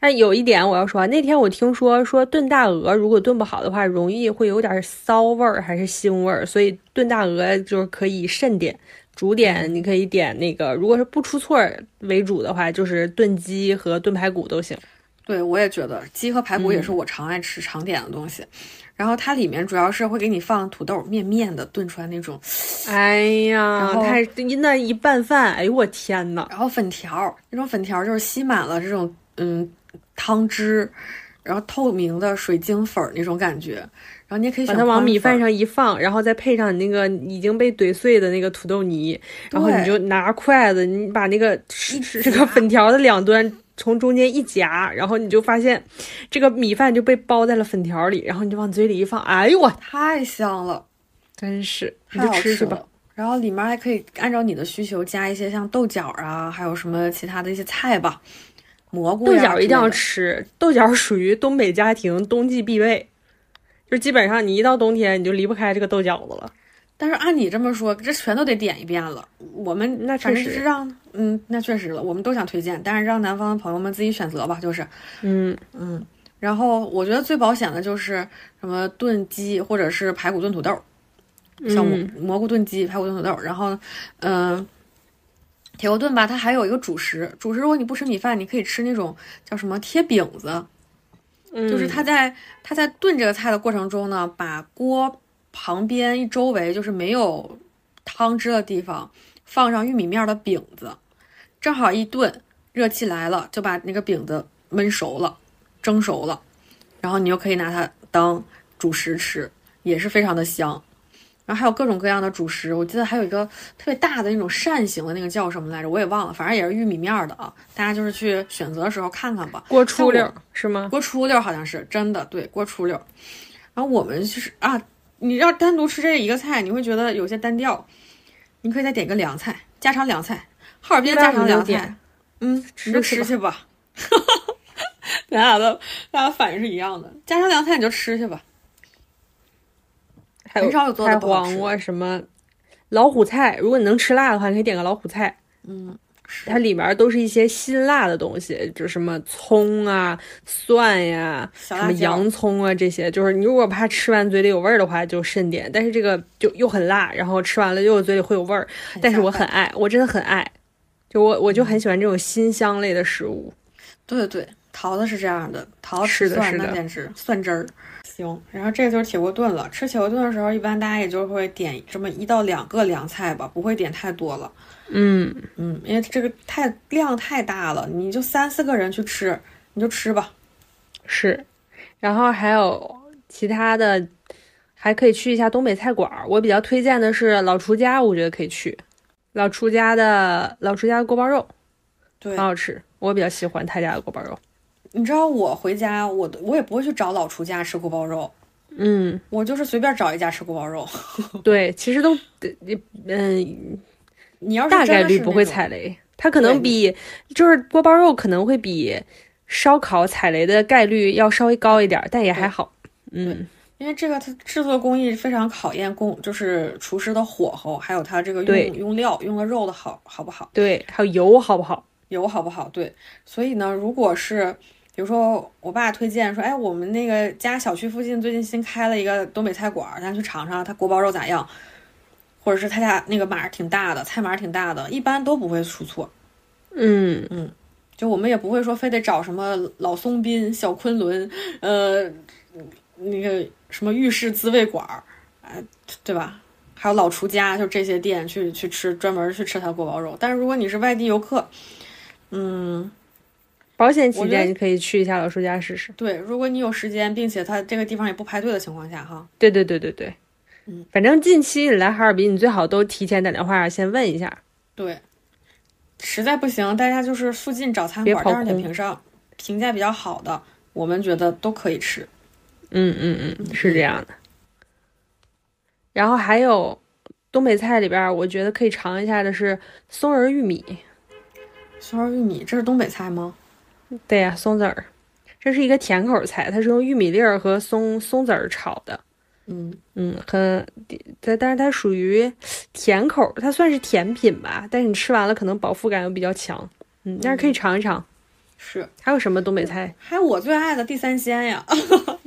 Speaker 1: 但有一点我要说啊，那天我听说说炖大鹅，如果炖不好的话，容易会有点骚味儿还是腥味儿，所以炖大鹅就是可以慎点。主
Speaker 2: 嗯
Speaker 1: 点你可以点那个，如果是不出错儿为主的话，就是炖鸡和炖排骨都行。
Speaker 2: 对，我也觉得鸡和排骨也是我常爱吃、常点的东西。然后它里面主要是会给你放土豆，面面的炖出来那种，
Speaker 1: 哎呀
Speaker 2: 然后
Speaker 1: 太那一拌饭，哎呦我天呐，
Speaker 2: 然后粉条，那种粉条就是吸满了这种嗯汤汁，然后透明的水晶粉儿那种感觉。然后你也可以
Speaker 1: 把
Speaker 2: 选
Speaker 1: 它往
Speaker 2: 宽
Speaker 1: 米饭
Speaker 2: 粉儿，
Speaker 1: 上一放，然后再配上你那个已经被怼碎的那个土豆泥，然后你
Speaker 2: 对
Speaker 1: 就拿筷子，你把那个吃吃这
Speaker 2: 夹
Speaker 1: 个粉条的两端从中间一夹，然后你就发现这个米饭就被包在了粉条里，然后你就往嘴里一放，哎呦我
Speaker 2: 太香了。
Speaker 1: 真是，你
Speaker 2: 太
Speaker 1: 就
Speaker 2: 好
Speaker 1: 吃去
Speaker 2: 吃
Speaker 1: 吧
Speaker 2: 了。。然后里面还可以按照你的需求加一些像豆角啊，还有什么其他的一些菜吧，蘑菇
Speaker 1: 豆
Speaker 2: 呀
Speaker 1: 角一
Speaker 2: 之
Speaker 1: 定要
Speaker 2: 类的。
Speaker 1: 吃，豆角属于东北家庭冬季必备，就是基本上你一到冬天你就离不开这个豆角子了。
Speaker 2: 但是按你这么说，这全都得点一遍了。我们
Speaker 1: 那
Speaker 2: 反正
Speaker 1: 确
Speaker 2: 就
Speaker 1: 实
Speaker 2: 是让嗯，那确实了，我们都想推荐，但是让南方的朋友们自己选择吧，就是
Speaker 1: 嗯，
Speaker 2: 嗯。然后我觉得最保险的就是什么炖鸡或者是排骨炖土豆，像蘑
Speaker 1: 嗯
Speaker 2: 蘑菇炖鸡、排骨炖土豆，然后，嗯、铁锅炖吧，它还有一个主食，主食如果你不吃米饭，你可以吃那种叫什么贴饼子，就是
Speaker 1: 嗯
Speaker 2: 它在它在炖这个菜的过程中呢，把锅旁边一周围就是没有汤汁的地方放上玉米面的饼子，正好一炖，热气来了就把那个饼子焖熟了、蒸熟了，然后你就可以拿它当主食吃，也是非常的香。然后还有各种各样的主食，我记得还有一个特别大的那种扇形的那个叫什么来着，我也忘了，反正也是玉米面儿的啊。大家就是去选择的时候看看吧。
Speaker 1: 嗯锅出溜是吗？
Speaker 2: 锅出溜好像是真的，对，锅出溜。然后我们就是啊，你要单独吃这一个菜，你会觉得有些单调，你可以再点个凉菜，家常凉菜，哈尔滨家常凉菜，嗯，你就吃去吧。 咱俩的大家反应是一样的，家常凉菜你就吃去吧。
Speaker 1: 还有
Speaker 2: 很少有做的
Speaker 1: 拍
Speaker 2: 不好吃
Speaker 1: 黄瓜什么老虎菜，如果你能吃辣的话，你可以点个老虎菜。
Speaker 2: 嗯，是
Speaker 1: 它里面都是一些辛辣的东西，就什么葱啊、蒜呀、
Speaker 2: 小
Speaker 1: 什
Speaker 2: 辣
Speaker 1: 么
Speaker 2: 椒，
Speaker 1: 洋葱啊这些。就是你如果怕吃完嘴里有味儿的话，就慎点。但是这个就又很辣，然后吃完了又嘴里会有味儿。
Speaker 2: 很
Speaker 1: 但是
Speaker 2: 下
Speaker 1: 我
Speaker 2: 饭
Speaker 1: 很爱，我真的很爱，就我我就很喜欢这种辛香类的食物。
Speaker 2: 对对，桃子是这样的，桃子
Speaker 1: 是
Speaker 2: 吃
Speaker 1: 的
Speaker 2: 蒜
Speaker 1: 是
Speaker 2: 那
Speaker 1: 的
Speaker 2: 简直蒜汁儿。行，然后这就是铁锅炖了。吃铁锅炖的时候，一般大家也就会点这么一到两个凉菜吧，不会点太多了。
Speaker 1: 嗯，
Speaker 2: 嗯，因为这个太量太大了，你就三四个人去吃，你就吃吧。
Speaker 1: 是。然后还有其他的，还可以去一下东北菜馆儿。我比较推荐的是老厨家，我觉得可以去。老厨家的老厨家的锅包肉
Speaker 2: 对
Speaker 1: 很，好吃，我比较喜欢他家的锅包肉。
Speaker 2: 你知道我回家，我都我也不会去找老厨家吃锅包肉，
Speaker 1: 嗯，
Speaker 2: 我就是随便找一家吃锅包肉。
Speaker 1: 对，其实都呃嗯，
Speaker 2: 你哦要是
Speaker 1: 大
Speaker 2: 真
Speaker 1: 概
Speaker 2: 的
Speaker 1: 率
Speaker 2: 是
Speaker 1: 不
Speaker 2: 那
Speaker 1: 会
Speaker 2: 种
Speaker 1: 踩雷。它可能比就是锅包肉可能会比烧烤踩雷的概率要稍微高一点儿，但也还好。嗯，
Speaker 2: 因为这个它制作工艺非常考验工，就是厨师的火候，还有它这个
Speaker 1: 对
Speaker 2: 用用料用的肉的好好不好，
Speaker 1: 对，还有油好不好？
Speaker 2: 油好不好。对，所以呢，如果是比如说我爸推荐说，哎，我们那个家小区附近最近新开了一个东北菜馆儿，咱去尝尝他锅包肉咋样，或者是他家那个码儿挺大的，菜码儿挺大的，一般都不会出错。
Speaker 1: 嗯，
Speaker 2: 就我们也不会说非得找什么老松滨、小昆仑，呃，那个什么浴室滋味馆儿，啊、对吧？还有老厨家，就这些店去去吃，专门去吃它的锅包肉。但是如果你是外地游客，嗯，
Speaker 1: 保险起
Speaker 2: 我觉得
Speaker 1: 见，你可以去一下老叔家试试。
Speaker 2: 对，如果你有时间，并且它这个地方也不排队的情况下，哈，
Speaker 1: 对对对对对，
Speaker 2: 嗯，
Speaker 1: 反正近期你来哈尔滨，你最好都提前打电话先问一下。
Speaker 2: 对，实在不行，大家就是附近找餐
Speaker 1: 别
Speaker 2: 馆，
Speaker 1: 跑
Speaker 2: 但是点
Speaker 1: 空
Speaker 2: 评上啊评价比较好的，我们觉得都可以吃。
Speaker 1: 嗯嗯嗯，是这样的。然后还有东北菜里边儿，我觉得可以尝一下的是松仁玉米。
Speaker 2: 松儿玉米，这是东北菜吗？
Speaker 1: 对呀、松子儿，这是一个甜口菜，它是用玉米粒儿和松松子儿炒的。
Speaker 2: 嗯，
Speaker 1: 嗯，很，但但是它属于甜口，它算是甜品吧。但是你吃完了，可能饱腹感又比较强。嗯，但是可以尝一尝。
Speaker 2: 是。
Speaker 1: 还有什么东北菜？
Speaker 2: 还有我最爱的地三鲜呀，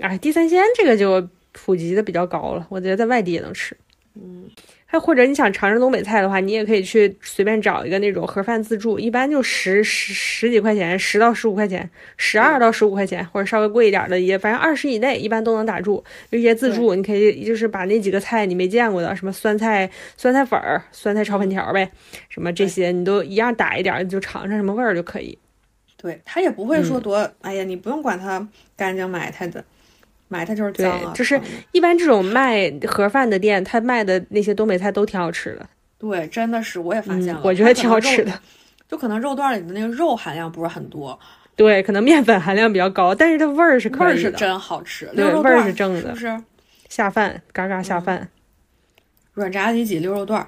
Speaker 1: 哎，地三鲜这个就普及的比较高了，我觉得在外地也能吃。
Speaker 2: 嗯，
Speaker 1: 还或者你想尝尝东北菜的话，你也可以去随便找一个那种盒饭自助，一般就十十十几块钱，十到十五块钱，十二到十五块钱，或者稍微贵一点的也，反正二十以内一般都能打住。有一些自助，你可以就是把那几个菜你没见过的，什么酸菜酸菜粉儿、酸菜炒粉条呗，什么这些你都一样打一点儿，你就尝尝什么味儿就可以。
Speaker 2: 对他也不会
Speaker 1: 嗯
Speaker 2: 说多，哎呀，你不用管它干净埋汰的，埋汰就是
Speaker 1: 对
Speaker 2: 脏啊，
Speaker 1: 就是
Speaker 2: 什么的
Speaker 1: 一般这种卖盒饭的店，他卖的那些东北菜都挺好吃的，
Speaker 2: 对，真的是我也发现
Speaker 1: 嗯
Speaker 2: 了，，
Speaker 1: 我觉得
Speaker 2: 它
Speaker 1: 挺好
Speaker 2: 可能
Speaker 1: 吃
Speaker 2: 肉，
Speaker 1: 的。
Speaker 2: 就可能肉段里的那个肉含量不是很多，
Speaker 1: 对，可能面粉含量比较高，但是它味儿是
Speaker 2: 味
Speaker 1: 可
Speaker 2: 儿
Speaker 1: 以
Speaker 2: 是
Speaker 1: 的。
Speaker 2: 真好吃，
Speaker 1: 对
Speaker 2: 溜肉
Speaker 1: 味儿
Speaker 2: 段嗯
Speaker 1: 是正的
Speaker 2: 是不是？
Speaker 1: 下饭，嘎嘎下饭。
Speaker 2: 软炸里脊、溜肉段儿，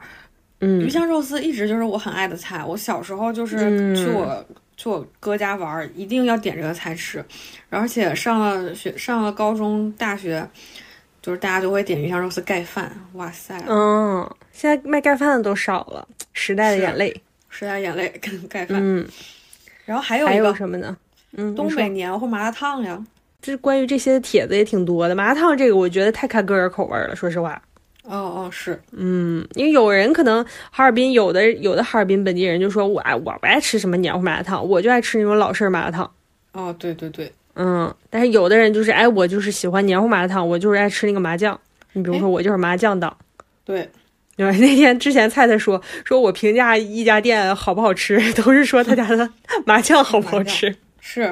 Speaker 1: 嗯
Speaker 2: 鱼，香肉丝一直就是我很爱的菜。我小时候就是
Speaker 1: 嗯
Speaker 2: 去我、去我哥家玩儿，一定要点这个菜吃。而且上了学，上了高中、大学，就是大家都会点鱼香肉丝盖饭。哇塞，
Speaker 1: 嗯，现在卖盖饭的都少了，时代的
Speaker 2: 是
Speaker 1: 眼泪。
Speaker 2: 实在眼泪跟 盖饭。
Speaker 1: 嗯，
Speaker 2: 然后还有
Speaker 1: 还
Speaker 2: 一
Speaker 1: 有
Speaker 2: 个
Speaker 1: 什么呢？嗯，
Speaker 2: 东
Speaker 1: 你
Speaker 2: 北
Speaker 1: 说
Speaker 2: 黏糊麻辣烫呀，
Speaker 1: 这关于这些帖子也挺多的。麻辣烫这个，我觉得太看个人口味儿了，说实话。
Speaker 2: 哦哦是，
Speaker 1: 嗯，因为有人可能哈尔滨有的有的哈尔滨本地人就说我爱我不爱吃什么黏糊麻辣烫，我就爱吃那种老式儿麻辣烫。
Speaker 2: 哦对对对，
Speaker 1: 嗯，但是有的人就是哎，我就是喜欢黏糊麻辣烫，我就是爱吃那个麻酱。你比如
Speaker 2: 哎
Speaker 1: 说我就是麻酱党。
Speaker 2: 对
Speaker 1: 对， 那天之前菜菜说说我评价 一家店好不好吃，都是说他家的麻酱好不好吃。
Speaker 2: 是。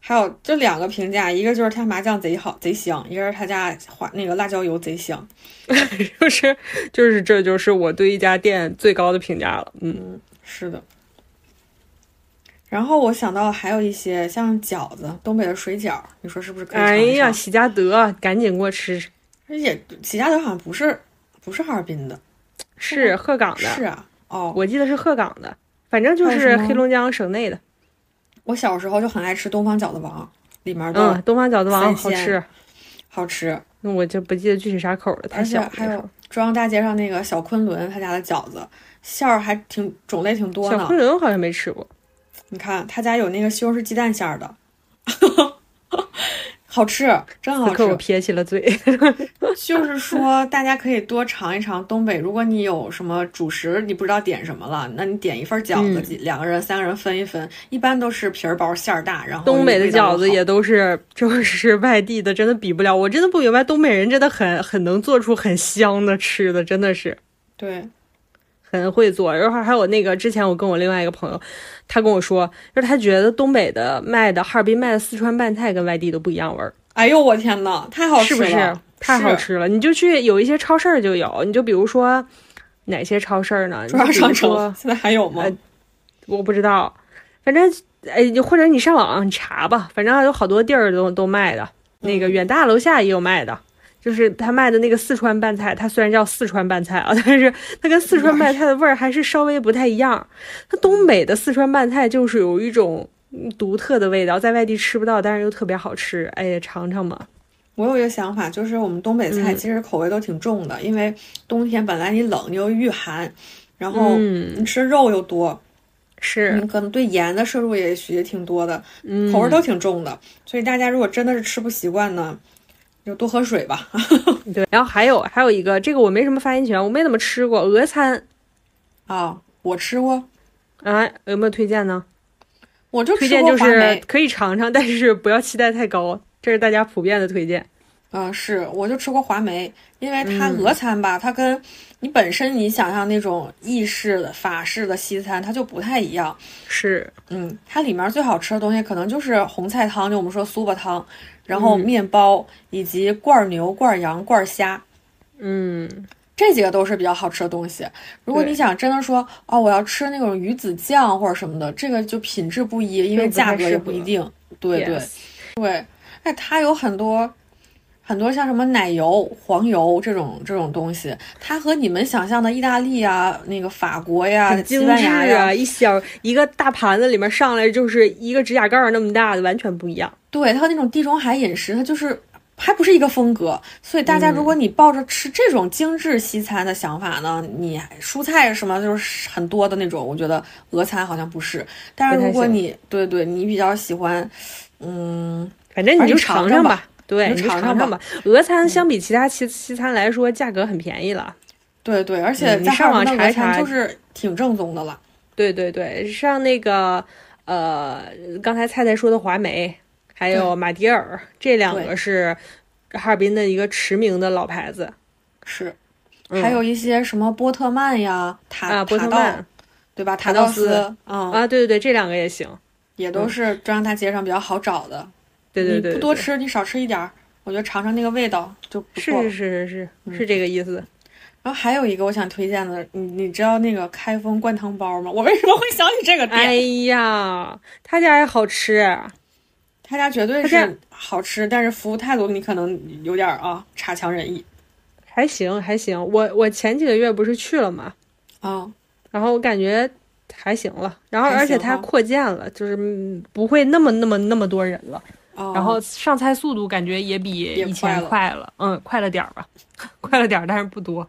Speaker 2: 还有这两个评价，一个就是他麻酱贼好贼香，一个是他家花那个辣椒油贼香。
Speaker 1: 就是就是这就是我对一家店最高的评价了。嗯，
Speaker 2: 嗯，是的。然后我想到还有一些像饺子，东北的水饺，你说是不是可以尝
Speaker 1: 哎
Speaker 2: 一
Speaker 1: 呀，
Speaker 2: 尝？
Speaker 1: 喜家德，赶紧给我吃吃，
Speaker 2: 而且齐家德好像不是不是哈尔滨的，
Speaker 1: 是鹤岗的，
Speaker 2: 是啊，哦，
Speaker 1: 我记得是鹤岗的，反正就
Speaker 2: 还有
Speaker 1: 是
Speaker 2: 什么
Speaker 1: 黑龙江省内的。
Speaker 2: 我小时候就很爱吃东方饺子王，里面
Speaker 1: 嗯
Speaker 2: 的，
Speaker 1: 东方饺子王
Speaker 2: 三
Speaker 1: 好
Speaker 2: 鲜
Speaker 1: 吃，
Speaker 2: 好吃，
Speaker 1: 那我就不记得具体啥口了，太
Speaker 2: 而且
Speaker 1: 小了。
Speaker 2: 还有中央大街上那个小昆仑他家的饺子，馅儿还挺种类挺多
Speaker 1: 小
Speaker 2: 呢
Speaker 1: 昆。仑好像没吃过，
Speaker 2: 你看他家有那个西红柿鸡蛋馅儿 的，好吃，真
Speaker 1: 此
Speaker 2: 好
Speaker 1: 刻我
Speaker 2: 吃。
Speaker 1: 撇起了
Speaker 2: 哦
Speaker 1: 嘴。
Speaker 2: 就是说，大家可以多尝一尝东北。如果你有什么主食你不知道点什么了，那你点一份饺子，
Speaker 1: 嗯
Speaker 2: 几两个人、三个人分一分，一般都是皮儿薄馅儿大，然后
Speaker 1: 东北的
Speaker 2: 味道
Speaker 1: 饺子
Speaker 2: 好
Speaker 1: 也都是就是外地的，真的比不了。我真的不明白，东北人真的很很能做出很香的吃的，真的是。
Speaker 2: 对。
Speaker 1: 很会做，然后还有那个之前我跟我另外一个朋友，他跟我说，就是他觉得东北的卖的哈尔滨卖的四川拌菜跟外地的不一样味儿，
Speaker 2: 哎呦我天呐，太好
Speaker 1: 是
Speaker 2: 吃
Speaker 1: 不
Speaker 2: 了！
Speaker 1: 是？太好吃了！你就去有一些超市儿就有，你就比如说哪些超市儿呢？你
Speaker 2: 中央
Speaker 1: 就比如
Speaker 2: 商
Speaker 1: 说
Speaker 2: 城现在还有吗？
Speaker 1: 呃我不知道，反正哎，你或者你上网你查吧，反正有好多地儿都都卖的，那个远大楼下也有卖的。就是他卖的那个四川拌菜，它虽然叫四川拌菜啊， 但是它跟四川拌菜的味儿还是稍微不太一样。它东北的四川拌菜就是有一种嗯独特的味道，在外地吃不到，但是又特别好吃。哎呀，尝尝吧。
Speaker 2: 我有一个想法，就是我们东北菜
Speaker 1: 嗯
Speaker 2: 其实口味都挺重的，因为冬天本来你冷你又御寒，然后
Speaker 1: 嗯，
Speaker 2: 你吃肉又多，
Speaker 1: 是
Speaker 2: 你嗯可能对盐的摄入也许也挺多的，
Speaker 1: 嗯
Speaker 2: 口味都挺重的。所以大家如果真的是吃不习惯呢，就多喝水吧。
Speaker 1: 对。然后还有还有一个，这个我没什么发言权，我没怎么吃过俄餐
Speaker 2: 啊，我吃过，
Speaker 1: 啊，有没有推荐呢？
Speaker 2: 我 就
Speaker 1: 推
Speaker 2: 吃
Speaker 1: 荐
Speaker 2: 过
Speaker 1: 就
Speaker 2: 话
Speaker 1: 是
Speaker 2: 梅。
Speaker 1: 可以尝尝， 但是不要期待太高，这是大家普遍的推荐。
Speaker 2: 嗯，是，我就吃过华梅，因为它
Speaker 1: 嗯
Speaker 2: 俄餐吧，它跟你本身你想象那种意式的、法式的西餐，它就不太一样。
Speaker 1: 是，
Speaker 2: 嗯，它里面儿最好吃的东西可能就是红菜汤，就我们说苏巴汤，然
Speaker 1: 嗯
Speaker 2: 后面包以及罐儿牛、罐儿羊、罐儿虾，
Speaker 1: 嗯，
Speaker 2: 这几个都是比较好吃的东西。如果
Speaker 1: 对
Speaker 2: 你想真的说哦，我要吃那种鱼子酱或者什么的，这个就品质不一，因为
Speaker 1: 就不太
Speaker 2: 价格也
Speaker 1: 适
Speaker 2: 不
Speaker 1: 合
Speaker 2: 一定。对对
Speaker 1: yes
Speaker 2: 对，哎，它有很多很多像什么奶油、黄油这种这种东西，它和你们想象的意大利啊、那个法国呀、
Speaker 1: 很
Speaker 2: 西
Speaker 1: 精
Speaker 2: 班
Speaker 1: 致
Speaker 2: 牙呀
Speaker 1: 啊，，一小一个大盘子里面上来就是一个指甲盖儿那么大的，完全不一样。
Speaker 2: 对，它和那种地中海饮食，它就是还不是一个风格。所以大
Speaker 1: 嗯
Speaker 2: 家，如果你抱着吃这种精致西餐的想法呢，你蔬菜什么就是很多的那种，我觉得俄餐好像不是。但是
Speaker 1: 不太
Speaker 2: 如果
Speaker 1: 行
Speaker 2: 你对对，你比较喜欢，嗯，
Speaker 1: 反正你就
Speaker 2: 反正你尝
Speaker 1: 尝
Speaker 2: 尝
Speaker 1: 吧
Speaker 2: 吧，
Speaker 1: 对，
Speaker 2: 你
Speaker 1: 你
Speaker 2: 就
Speaker 1: 就
Speaker 2: 尝嗯
Speaker 1: 尝
Speaker 2: 尝
Speaker 1: 吧。俄餐相比其他西西餐来说，价格很便宜了。
Speaker 2: 对对，而且
Speaker 1: 嗯你
Speaker 2: 在
Speaker 1: 上
Speaker 2: 哈
Speaker 1: 网
Speaker 2: 尔滨的
Speaker 1: 查
Speaker 2: 俄
Speaker 1: 一查
Speaker 2: 餐就是挺正宗的了。
Speaker 1: 对对对，上那个呃，刚才菜菜说的华梅，还有
Speaker 2: 对
Speaker 1: 马迭尔，这两
Speaker 2: 对
Speaker 1: 个是哈尔滨的一个驰名的老牌子。
Speaker 2: 是，
Speaker 1: 嗯
Speaker 2: 还有一些什么波特曼呀、塔
Speaker 1: 啊，波
Speaker 2: 塔
Speaker 1: 特
Speaker 2: 道
Speaker 1: 曼
Speaker 2: 对吧？塔
Speaker 1: 道
Speaker 2: 道
Speaker 1: 斯
Speaker 2: 斯，嗯，
Speaker 1: 啊，对对对，这两个也行。
Speaker 2: 也都
Speaker 1: 嗯
Speaker 2: 是中央大街上比较好找的。
Speaker 1: 对对对
Speaker 2: 你
Speaker 1: 对
Speaker 2: 不多
Speaker 1: 对
Speaker 2: 吃，你少吃一点儿，我觉得尝尝那个味道就不嗯
Speaker 1: 是
Speaker 2: 错。
Speaker 1: 是是是是是这个意思。
Speaker 2: 然后还有一个我想推荐的，你你知道那个开封灌汤包吗？我为什么会想起这个店？
Speaker 1: 哎呀，他家也好吃，
Speaker 2: 他家绝对
Speaker 1: 他家
Speaker 2: 是好吃，但是服务态度你可能有点儿啊差强人意
Speaker 1: 还行还行。我我前几个月不是去了嘛，
Speaker 2: 啊。
Speaker 1: 然后我感觉还行了，然后
Speaker 2: 还
Speaker 1: 而且
Speaker 2: 行
Speaker 1: 它
Speaker 2: 哈
Speaker 1: 扩建了，就是嗯不会那么那么那么多人了，
Speaker 2: 哦
Speaker 4: 然后上菜速度感觉也比
Speaker 2: 也
Speaker 4: 以前
Speaker 2: 快
Speaker 4: 快了，嗯，快了点儿吧， 快了点儿，但是不多。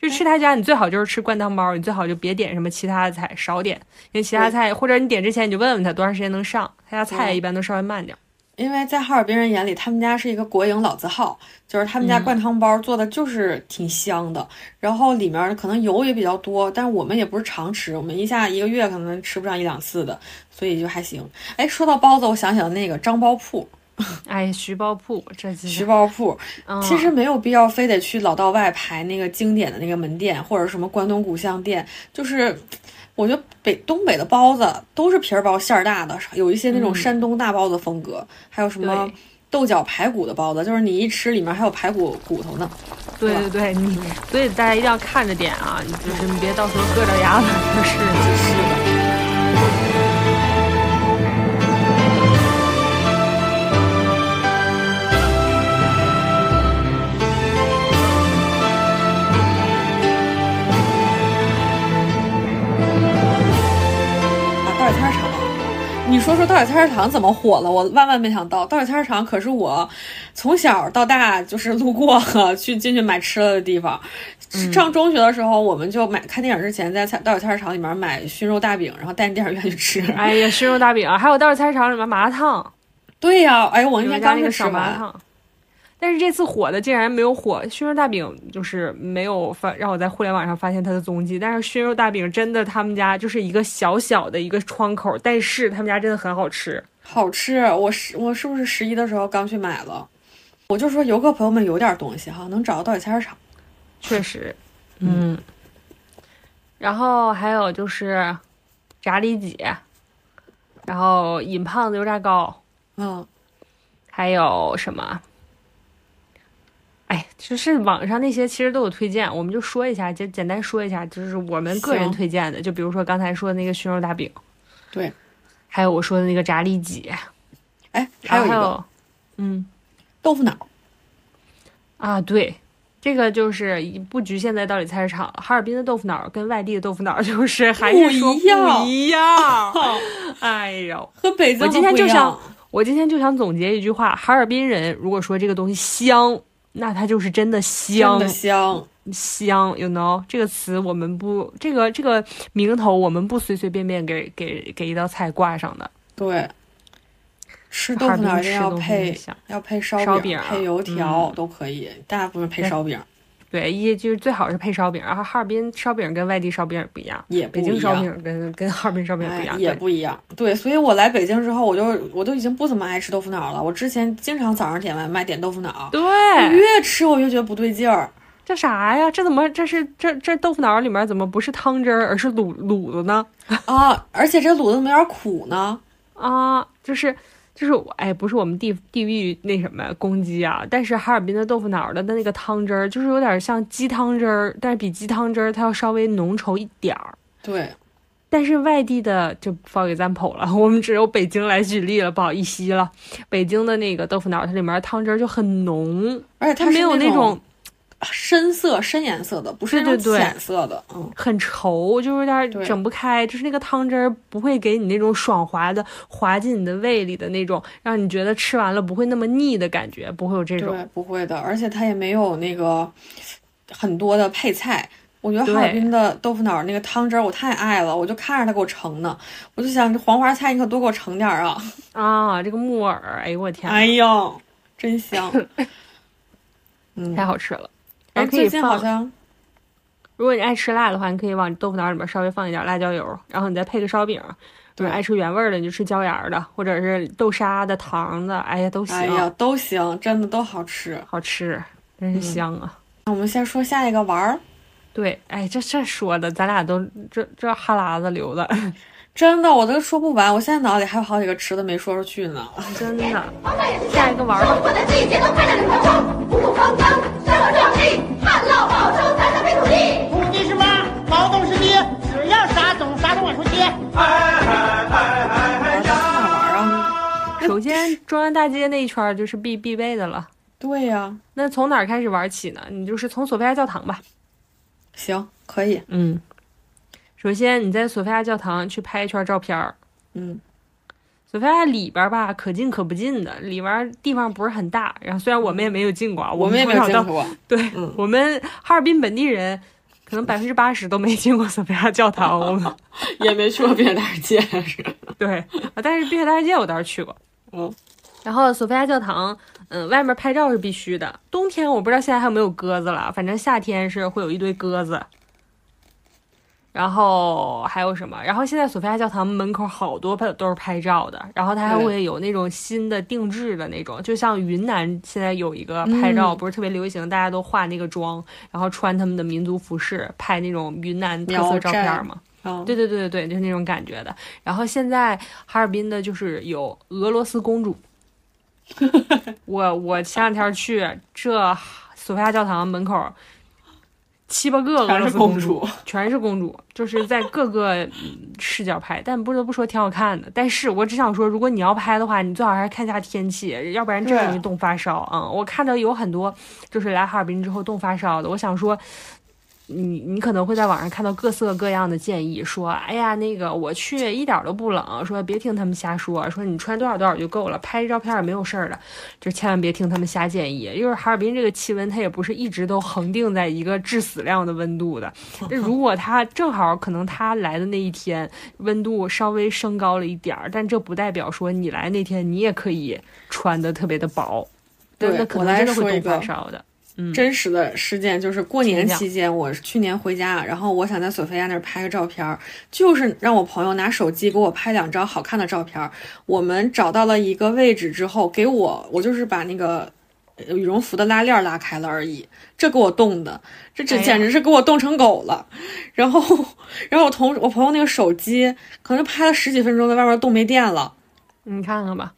Speaker 4: 就吃他家，你最好就是吃灌汤包，你最好就别点什么其他的菜，少点，因为其他
Speaker 2: 对
Speaker 4: 菜或者你点之前你就问问他多长时间能上，他家菜
Speaker 2: 嗯
Speaker 4: 一般都稍微慢点儿。
Speaker 2: 因为在哈尔滨人眼里，他们家是一个国营老字号，就是他们家灌汤包做的就是挺香的，然后里面可能油也比较多，但是我们也不是常吃，我们一下一个月可能吃不上一两次的，所以就还行。哎，说到包子，我想起了那个张包铺，
Speaker 1: 哎，徐包铺，这就是
Speaker 2: 徐包铺
Speaker 1: 嗯
Speaker 2: 其实没有必要非得去老道外排那个经典的那个门店，或者什么关东古巷店，就是。我觉得北东北的包子都是皮儿包馅儿大的，有一些那种山东大包子风格，还有什么
Speaker 1: 嗯对
Speaker 2: 豆角排骨的包子，就是你一吃里面还有排骨骨头呢。
Speaker 1: 对对对，你所以大家一定要看着点啊，你就是你别到时候硌着牙了，就是。
Speaker 2: 是的，啊，道里摊儿厂，你说说道里摊儿厂怎么火了？我万万没想到，道里摊儿厂可是我从小到大就是路过 去进去买吃的的地方。
Speaker 1: 嗯
Speaker 2: 上中学的时候，我们就买看电影之前，在菜道里摊儿厂里面买熏肉大饼，然后带着电影院去吃。啊
Speaker 1: 哎呀，熏肉大
Speaker 4: 啊
Speaker 1: 饼，还有到菜市场里面麻辣烫，
Speaker 2: 对呀、哎，我
Speaker 1: 我
Speaker 2: 那天
Speaker 1: 家
Speaker 2: 刚
Speaker 1: 那
Speaker 2: 是
Speaker 1: 个
Speaker 2: 吃
Speaker 1: 小麻辣
Speaker 2: 完，
Speaker 1: 烫。但是这次火的竟然没有火，熏肉大饼就是没有发让我在互联网上发现它的踪迹。但是熏肉大饼真的，他们家就是一个小小的一个窗口，但是他们家真的很好吃。
Speaker 2: 好吃。我是我是不是十一的时候刚去买了？我就说游客朋友们有点东西哈，能找到道里菜市场。
Speaker 1: 确实，嗯。然后还有就是炸里脊，然后尹胖子油炸糕，
Speaker 2: 嗯，
Speaker 1: 还有什么？哎，就是网上那些其实都有推荐，我们就说一下，就简单说一下，就是我们个人
Speaker 2: 行
Speaker 1: 推荐的，就比如说刚才说的那个熏肉大饼，
Speaker 2: 对，
Speaker 1: 还有我说的那个炸里脊，
Speaker 2: 哎，还有一
Speaker 1: 然后
Speaker 2: 个
Speaker 1: 有嗯。
Speaker 2: 豆腐脑儿，
Speaker 1: 啊，对，这个就是一不局限在道里菜市场了。哈尔滨的豆腐脑儿跟外地的豆腐脑儿 就是还
Speaker 2: 不
Speaker 1: 是说
Speaker 2: 一样哦
Speaker 1: 不一样。 哎呦，
Speaker 2: 和北京
Speaker 1: 我
Speaker 2: 的
Speaker 1: 今天
Speaker 2: 不一
Speaker 1: 就
Speaker 2: 样
Speaker 1: 想，我今天就想总结一句话：哈尔滨人如果说这个东西香，那它就是真的
Speaker 2: 真
Speaker 1: 香
Speaker 2: 的香，
Speaker 1: 香，you know 这个词我们不这个这个名头我们不随随便便给给给一道菜挂上的。
Speaker 2: 对。吃豆
Speaker 1: 哈尔
Speaker 2: 腐
Speaker 1: 滨
Speaker 2: 脑儿一定
Speaker 1: 吃
Speaker 2: 要
Speaker 1: 东西
Speaker 2: 配
Speaker 1: 很，香。
Speaker 2: 要配烧
Speaker 1: 烧
Speaker 2: 饼
Speaker 1: 饼
Speaker 2: 儿、
Speaker 1: 啊
Speaker 2: 配油条都可以，大部分配
Speaker 1: 对
Speaker 2: 烧饼儿
Speaker 1: 对，一就是最好是配烧饼，然后哈尔滨烧饼跟外地烧饼不一样，
Speaker 2: 也不
Speaker 1: 北
Speaker 2: 一
Speaker 1: 京烧
Speaker 2: 样。
Speaker 1: 饼跟跟哈尔滨烧饼不一
Speaker 2: 哎，
Speaker 1: 样，
Speaker 2: 也
Speaker 1: 对
Speaker 2: 不一样。对，所以我来北京之后，我就我都已经不怎么爱吃豆腐脑了。我之前经常早上点外卖点豆腐脑，我
Speaker 1: 对，
Speaker 2: 越吃我越觉得不对劲儿。
Speaker 1: 这啥呀？这怎么这是这这豆腐脑里面怎么不是汤汁儿，而是卤卤的呢？
Speaker 2: 啊，而且这卤的怎么有点苦呢？
Speaker 1: 啊，就是就是我哎，不是我们地地域那什么攻击啊，但是哈尔滨的豆腐脑的那个汤汁儿，就是有点像鸡汤汁儿，但是比鸡汤汁儿它要稍微浓稠一点儿。
Speaker 2: 对，
Speaker 1: 但是外地的就 for example 了，我们只有北京来举例了，不好意思了。北京的那个豆腐脑，它里面汤汁儿就很浓，
Speaker 2: 而且
Speaker 1: 它
Speaker 2: 它是
Speaker 1: 没有
Speaker 2: 那
Speaker 1: 种
Speaker 2: 深色、深颜色的，不是那
Speaker 1: 对
Speaker 2: 种
Speaker 1: 对对
Speaker 2: 浅色的。嗯，
Speaker 1: 很稠，就有点儿
Speaker 2: 对
Speaker 1: 整不开，就是那个汤汁儿不会给你那种爽滑的滑进你的胃里的那种，让你觉得吃完了不会那么腻的感觉，不会有这种。
Speaker 2: 对，不会的，而且它也没有那个很多的配菜。我觉得
Speaker 1: 对
Speaker 2: 哈尔滨的豆腐脑儿那个汤汁儿我太爱了，我就看着它给我盛呢，我就想这黄花菜你可多给我盛点儿啊！
Speaker 1: 啊，这个木耳，哎呦我天，
Speaker 2: 哎呦，真香！嗯，
Speaker 1: 太好吃了。
Speaker 2: 然
Speaker 1: 还
Speaker 2: 后
Speaker 1: 可以
Speaker 2: 哎最近好
Speaker 1: 放，
Speaker 2: 像
Speaker 1: 如果你爱吃辣的话，你可以往豆腐脑里面稍微放一点辣椒油，然后你再配个烧饼。就是
Speaker 2: 对
Speaker 1: 爱吃原味儿的，你就吃椒盐儿的，或者是豆沙的、糖的，哎呀都行，
Speaker 2: 哎呀嗯都行，真的都好吃。
Speaker 1: 好吃，真是香啊！
Speaker 2: 那我们先说下一个玩儿，
Speaker 1: 对，哎，这这说的，咱俩都这这哈喇子流的，
Speaker 2: 真的我都说不完，我现在脑里还有好几个吃的没说出去呢。
Speaker 1: 真的。下一个玩儿吧。
Speaker 5: 生活的季节都快点来到，五谷丰登，生活壮丽，旱涝保收，咱的配土地。
Speaker 3: 土地是妈，劳动是爹，只要啥种啥种我出爹。
Speaker 2: 玩儿去哪儿玩儿啊？
Speaker 1: 首先，中央大街那一圈儿就是必必备的了。
Speaker 2: 对呀、
Speaker 1: 那从哪儿开始玩起呢？你就是从索菲亚教堂吧。
Speaker 2: 行，可以，
Speaker 1: 嗯，首先你在索菲亚教堂去拍一圈照片儿。
Speaker 2: 嗯，
Speaker 1: 索菲亚里边儿吧，可进可不进的，里边儿地方不是很大。然后虽然我们也没有进过啊，
Speaker 2: 嗯我们也
Speaker 1: 从
Speaker 2: 没有
Speaker 1: 小
Speaker 2: 见
Speaker 1: 到
Speaker 2: 识过。嗯
Speaker 1: 对、我们哈尔滨本地人，可能百分之八十都没进过索菲亚教堂。我们
Speaker 2: 也没去过 别的见识。
Speaker 1: 对，啊但是碧海大世界我倒是去过。
Speaker 2: 嗯，
Speaker 1: 然后索菲亚教堂，嗯、外面拍照是必须的。冬天我不知道现在还有没有鸽子了，反正夏天是会有一堆鸽子。然后还有什么？然后现在索菲亚教堂门口好多拍都是拍照的，然后它还会有那种新的定制的那种，就像云南现在有一个拍照、不是特别流行，大家都化那个妆，然后穿他们的民族服饰拍那种云南特色照片嘛。
Speaker 2: 哦，
Speaker 1: 对对对对对，就是那种感觉的。然后现在哈尔滨的就是有俄罗斯 公主，我我前两天去这索菲亚教堂门口，七八个俄
Speaker 2: 全
Speaker 1: 罗
Speaker 2: 是
Speaker 1: 斯公
Speaker 2: 公主，
Speaker 1: 全是公主，就是在各个嗯视角拍，但不得不说挺好看的。但是我只想说，如果你要拍的话，你最好还是看一下天气，要不然真容易冻发烧啊、嗯！我看到有很多就是来哈尔滨之后冻发烧的，我想说。你你可能会在网上看到各色各样的建议，说，哎呀，那个我去一点都不冷，说别听他们瞎说，说你穿多少多少就够了，拍照片也没有事儿的，就千万别听他们瞎建议，因为哈尔滨这个气温它也不是一直都恒定在一个致死量的温度的，那如果他正好可能他来的那一天温度稍微升高了一点儿，但这不代表说你来那天你也可以穿的特别的薄，
Speaker 2: 对
Speaker 1: 那可
Speaker 2: 我
Speaker 1: 能
Speaker 2: 来
Speaker 1: 真的
Speaker 2: 说
Speaker 1: 会
Speaker 2: 一
Speaker 1: 冻发
Speaker 2: 个
Speaker 1: 烧的。
Speaker 2: 真实的事件就是过年
Speaker 1: 请讲
Speaker 2: 期间，我去年回家，然后我想在索菲亚那儿拍个照片儿，就是让我朋友拿手机给我拍两张好看的照片儿。我们找到了一个位置之后，给我我就是把那个呃羽绒服的拉链儿拉开了而已，这给我冻的，这这
Speaker 1: 哎呀
Speaker 2: 简直是给我冻成狗了。然后， 然后我同我朋友那个手机可能拍了十几分钟，在外面冻没电了。嗯
Speaker 1: 你看看吧，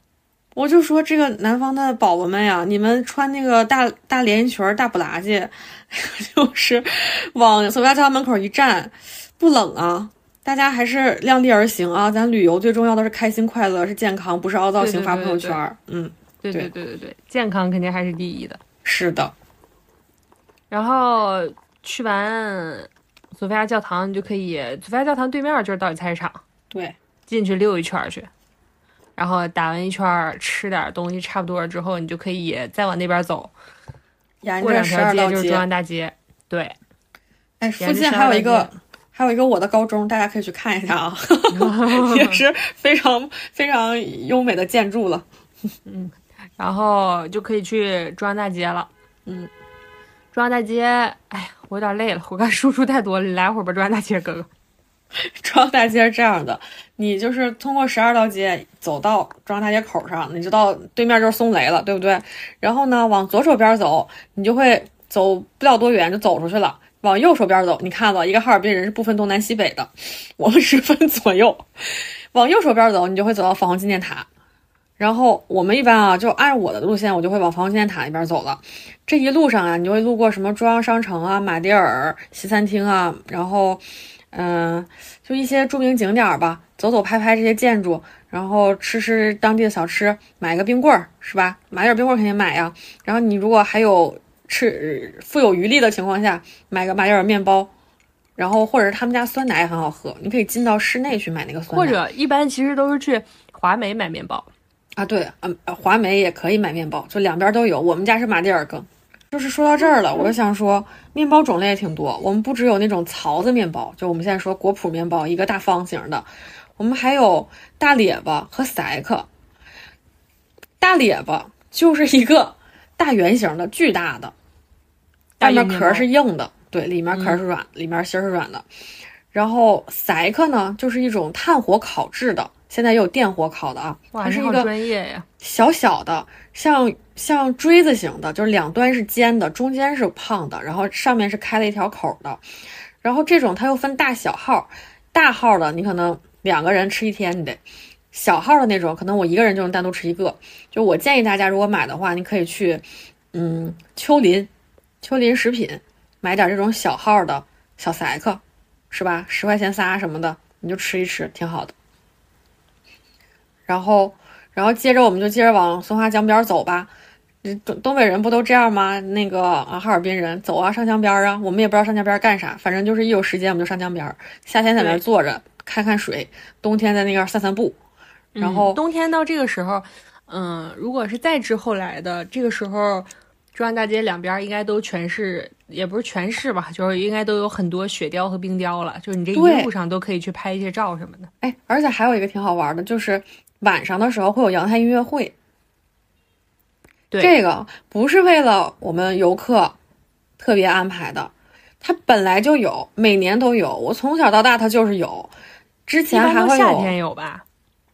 Speaker 2: 我就说这个南方的宝宝们呀，你们穿那个大大连衣裙儿、大布妲己， 就是往索菲亚教堂门口一站，不冷啊。大家还是量力而行啊！咱旅游最重要的是开心快乐，是健康，不是凹造型
Speaker 1: 对对
Speaker 2: 发朋友
Speaker 1: 对对
Speaker 2: 圈儿。嗯，
Speaker 1: 对
Speaker 2: 对
Speaker 1: 对对对，健康肯定还是第一的。
Speaker 2: 是的，
Speaker 1: 然后去完索菲亚教堂，你就可以，索菲亚教堂对面就是道里菜市场，
Speaker 2: 对，
Speaker 1: 进去溜一圈儿去，然后打完一圈儿吃点儿东西差不多之后，你就可以再往那边走，
Speaker 2: 沿
Speaker 1: 过
Speaker 2: 着
Speaker 1: 两
Speaker 2: 哎十
Speaker 1: 条
Speaker 2: 二
Speaker 1: 街
Speaker 2: 道
Speaker 1: 就是中
Speaker 2: 街
Speaker 1: 央，大街。对，
Speaker 2: 哎，
Speaker 1: 沿
Speaker 2: 附
Speaker 1: 着
Speaker 2: 近
Speaker 1: 十
Speaker 2: 还
Speaker 1: 二
Speaker 2: 有一
Speaker 1: 道
Speaker 2: 个，还有一个我的高中，大家可以去看一下 啊，也是非常非常优美的建筑了。
Speaker 1: 然后就可以去中央大街了。
Speaker 2: 嗯，
Speaker 1: 中央大街，哎呀，我有点累了，我刚输出太多了，你来会儿吧，中央大街哥 哥。
Speaker 2: 中央大街是这样的，你就是通过十二道街走到中央大街口上，你就到对面就是松雷了，对不对？然后呢，往左手边走，你就会走不了多远就走出去了。往右手边走，你看吧，一个哈尔滨人是不分东南西北的，我们只分左右。往右手边走，你就会走到防洪纪念塔。然后我们一般啊，就按我的路线，我就会往防洪纪念塔那边走了。这一路上啊，你就会路过什么中央商城啊、马迭尔西餐厅啊，然后，嗯、就一些著名景点儿吧，走走拍拍这些建筑，然后吃吃当地的小吃，买个冰棍儿是吧？买点冰棍儿肯定买呀。然后你如果还有吃富有余力的情况下，买个马迭尔面包，然后或者是他们家酸奶也很好喝，你可以进到室内去买那个酸奶。
Speaker 1: 或者一般其实都是去华美买面包。
Speaker 2: 啊，对，嗯，华美也可以买面包，就两边都有。我们家是马迭尔羹。就是说到这儿了，我就想说，面包种类也挺多。我们不只有那种槽子面包，就我们现在说果脯面包，一个大方形的，我们还有大列巴和塞克。大列巴就是一个大圆形的，巨大的，
Speaker 1: 大
Speaker 2: 外
Speaker 1: 圆
Speaker 2: 面
Speaker 1: 面
Speaker 2: 壳
Speaker 1: 包嗯
Speaker 2: 是硬的，对，里面壳是软，里面芯儿是软的。然后塞克呢，就是一种炭火烤制的，现在也有电火烤的啊，
Speaker 1: 哇，
Speaker 2: 它是
Speaker 1: 你
Speaker 2: 一
Speaker 1: 好
Speaker 2: 个
Speaker 1: 专业呀！
Speaker 2: 小小的，像像锥子形的，就是两端是尖的，中间是胖的，然后上面是开了一条口的。然后这种它又分大小号，大号的你可能两个人吃一天，你得。小号的那种，可能我一个人就能单独吃一个。就我建议大家，如果买的话，你可以去，嗯，秋林，秋林食品买点这种小号的小塞克，是吧？十块钱仨什么的，你就吃一吃，挺好的。然后，然后接着我们就接着往松花江边儿走吧。嗯东东北人不都这样吗？那个啊，哈尔滨人走啊，上江边儿啊，我们也不知道上江边儿干啥，反正就是一有时间我们就上江边儿。夏天在那儿
Speaker 1: 对
Speaker 2: 坐着看看水，冬天在那边儿散散步，然
Speaker 1: 嗯
Speaker 2: 后
Speaker 1: 冬天到这个时候，嗯，如果是再之后来的，这个时候中央大街两边应该都全是，也不是全是吧，就是应该都有很多雪雕和冰雕了，就是你这
Speaker 2: 对
Speaker 1: 一路上都可以去拍一些照什么的。
Speaker 2: 哎，而且还有一个挺好玩的，就是晚上的时候会有阳台音乐会。
Speaker 1: 对
Speaker 2: 这个不是为了我们游客特别安排的，它本来就有，每年都有。我从小到大它就是有，之
Speaker 1: 一
Speaker 2: 前
Speaker 1: 般
Speaker 2: 还
Speaker 1: 都
Speaker 2: 会
Speaker 1: 夏天
Speaker 2: 有，
Speaker 1: 有吧？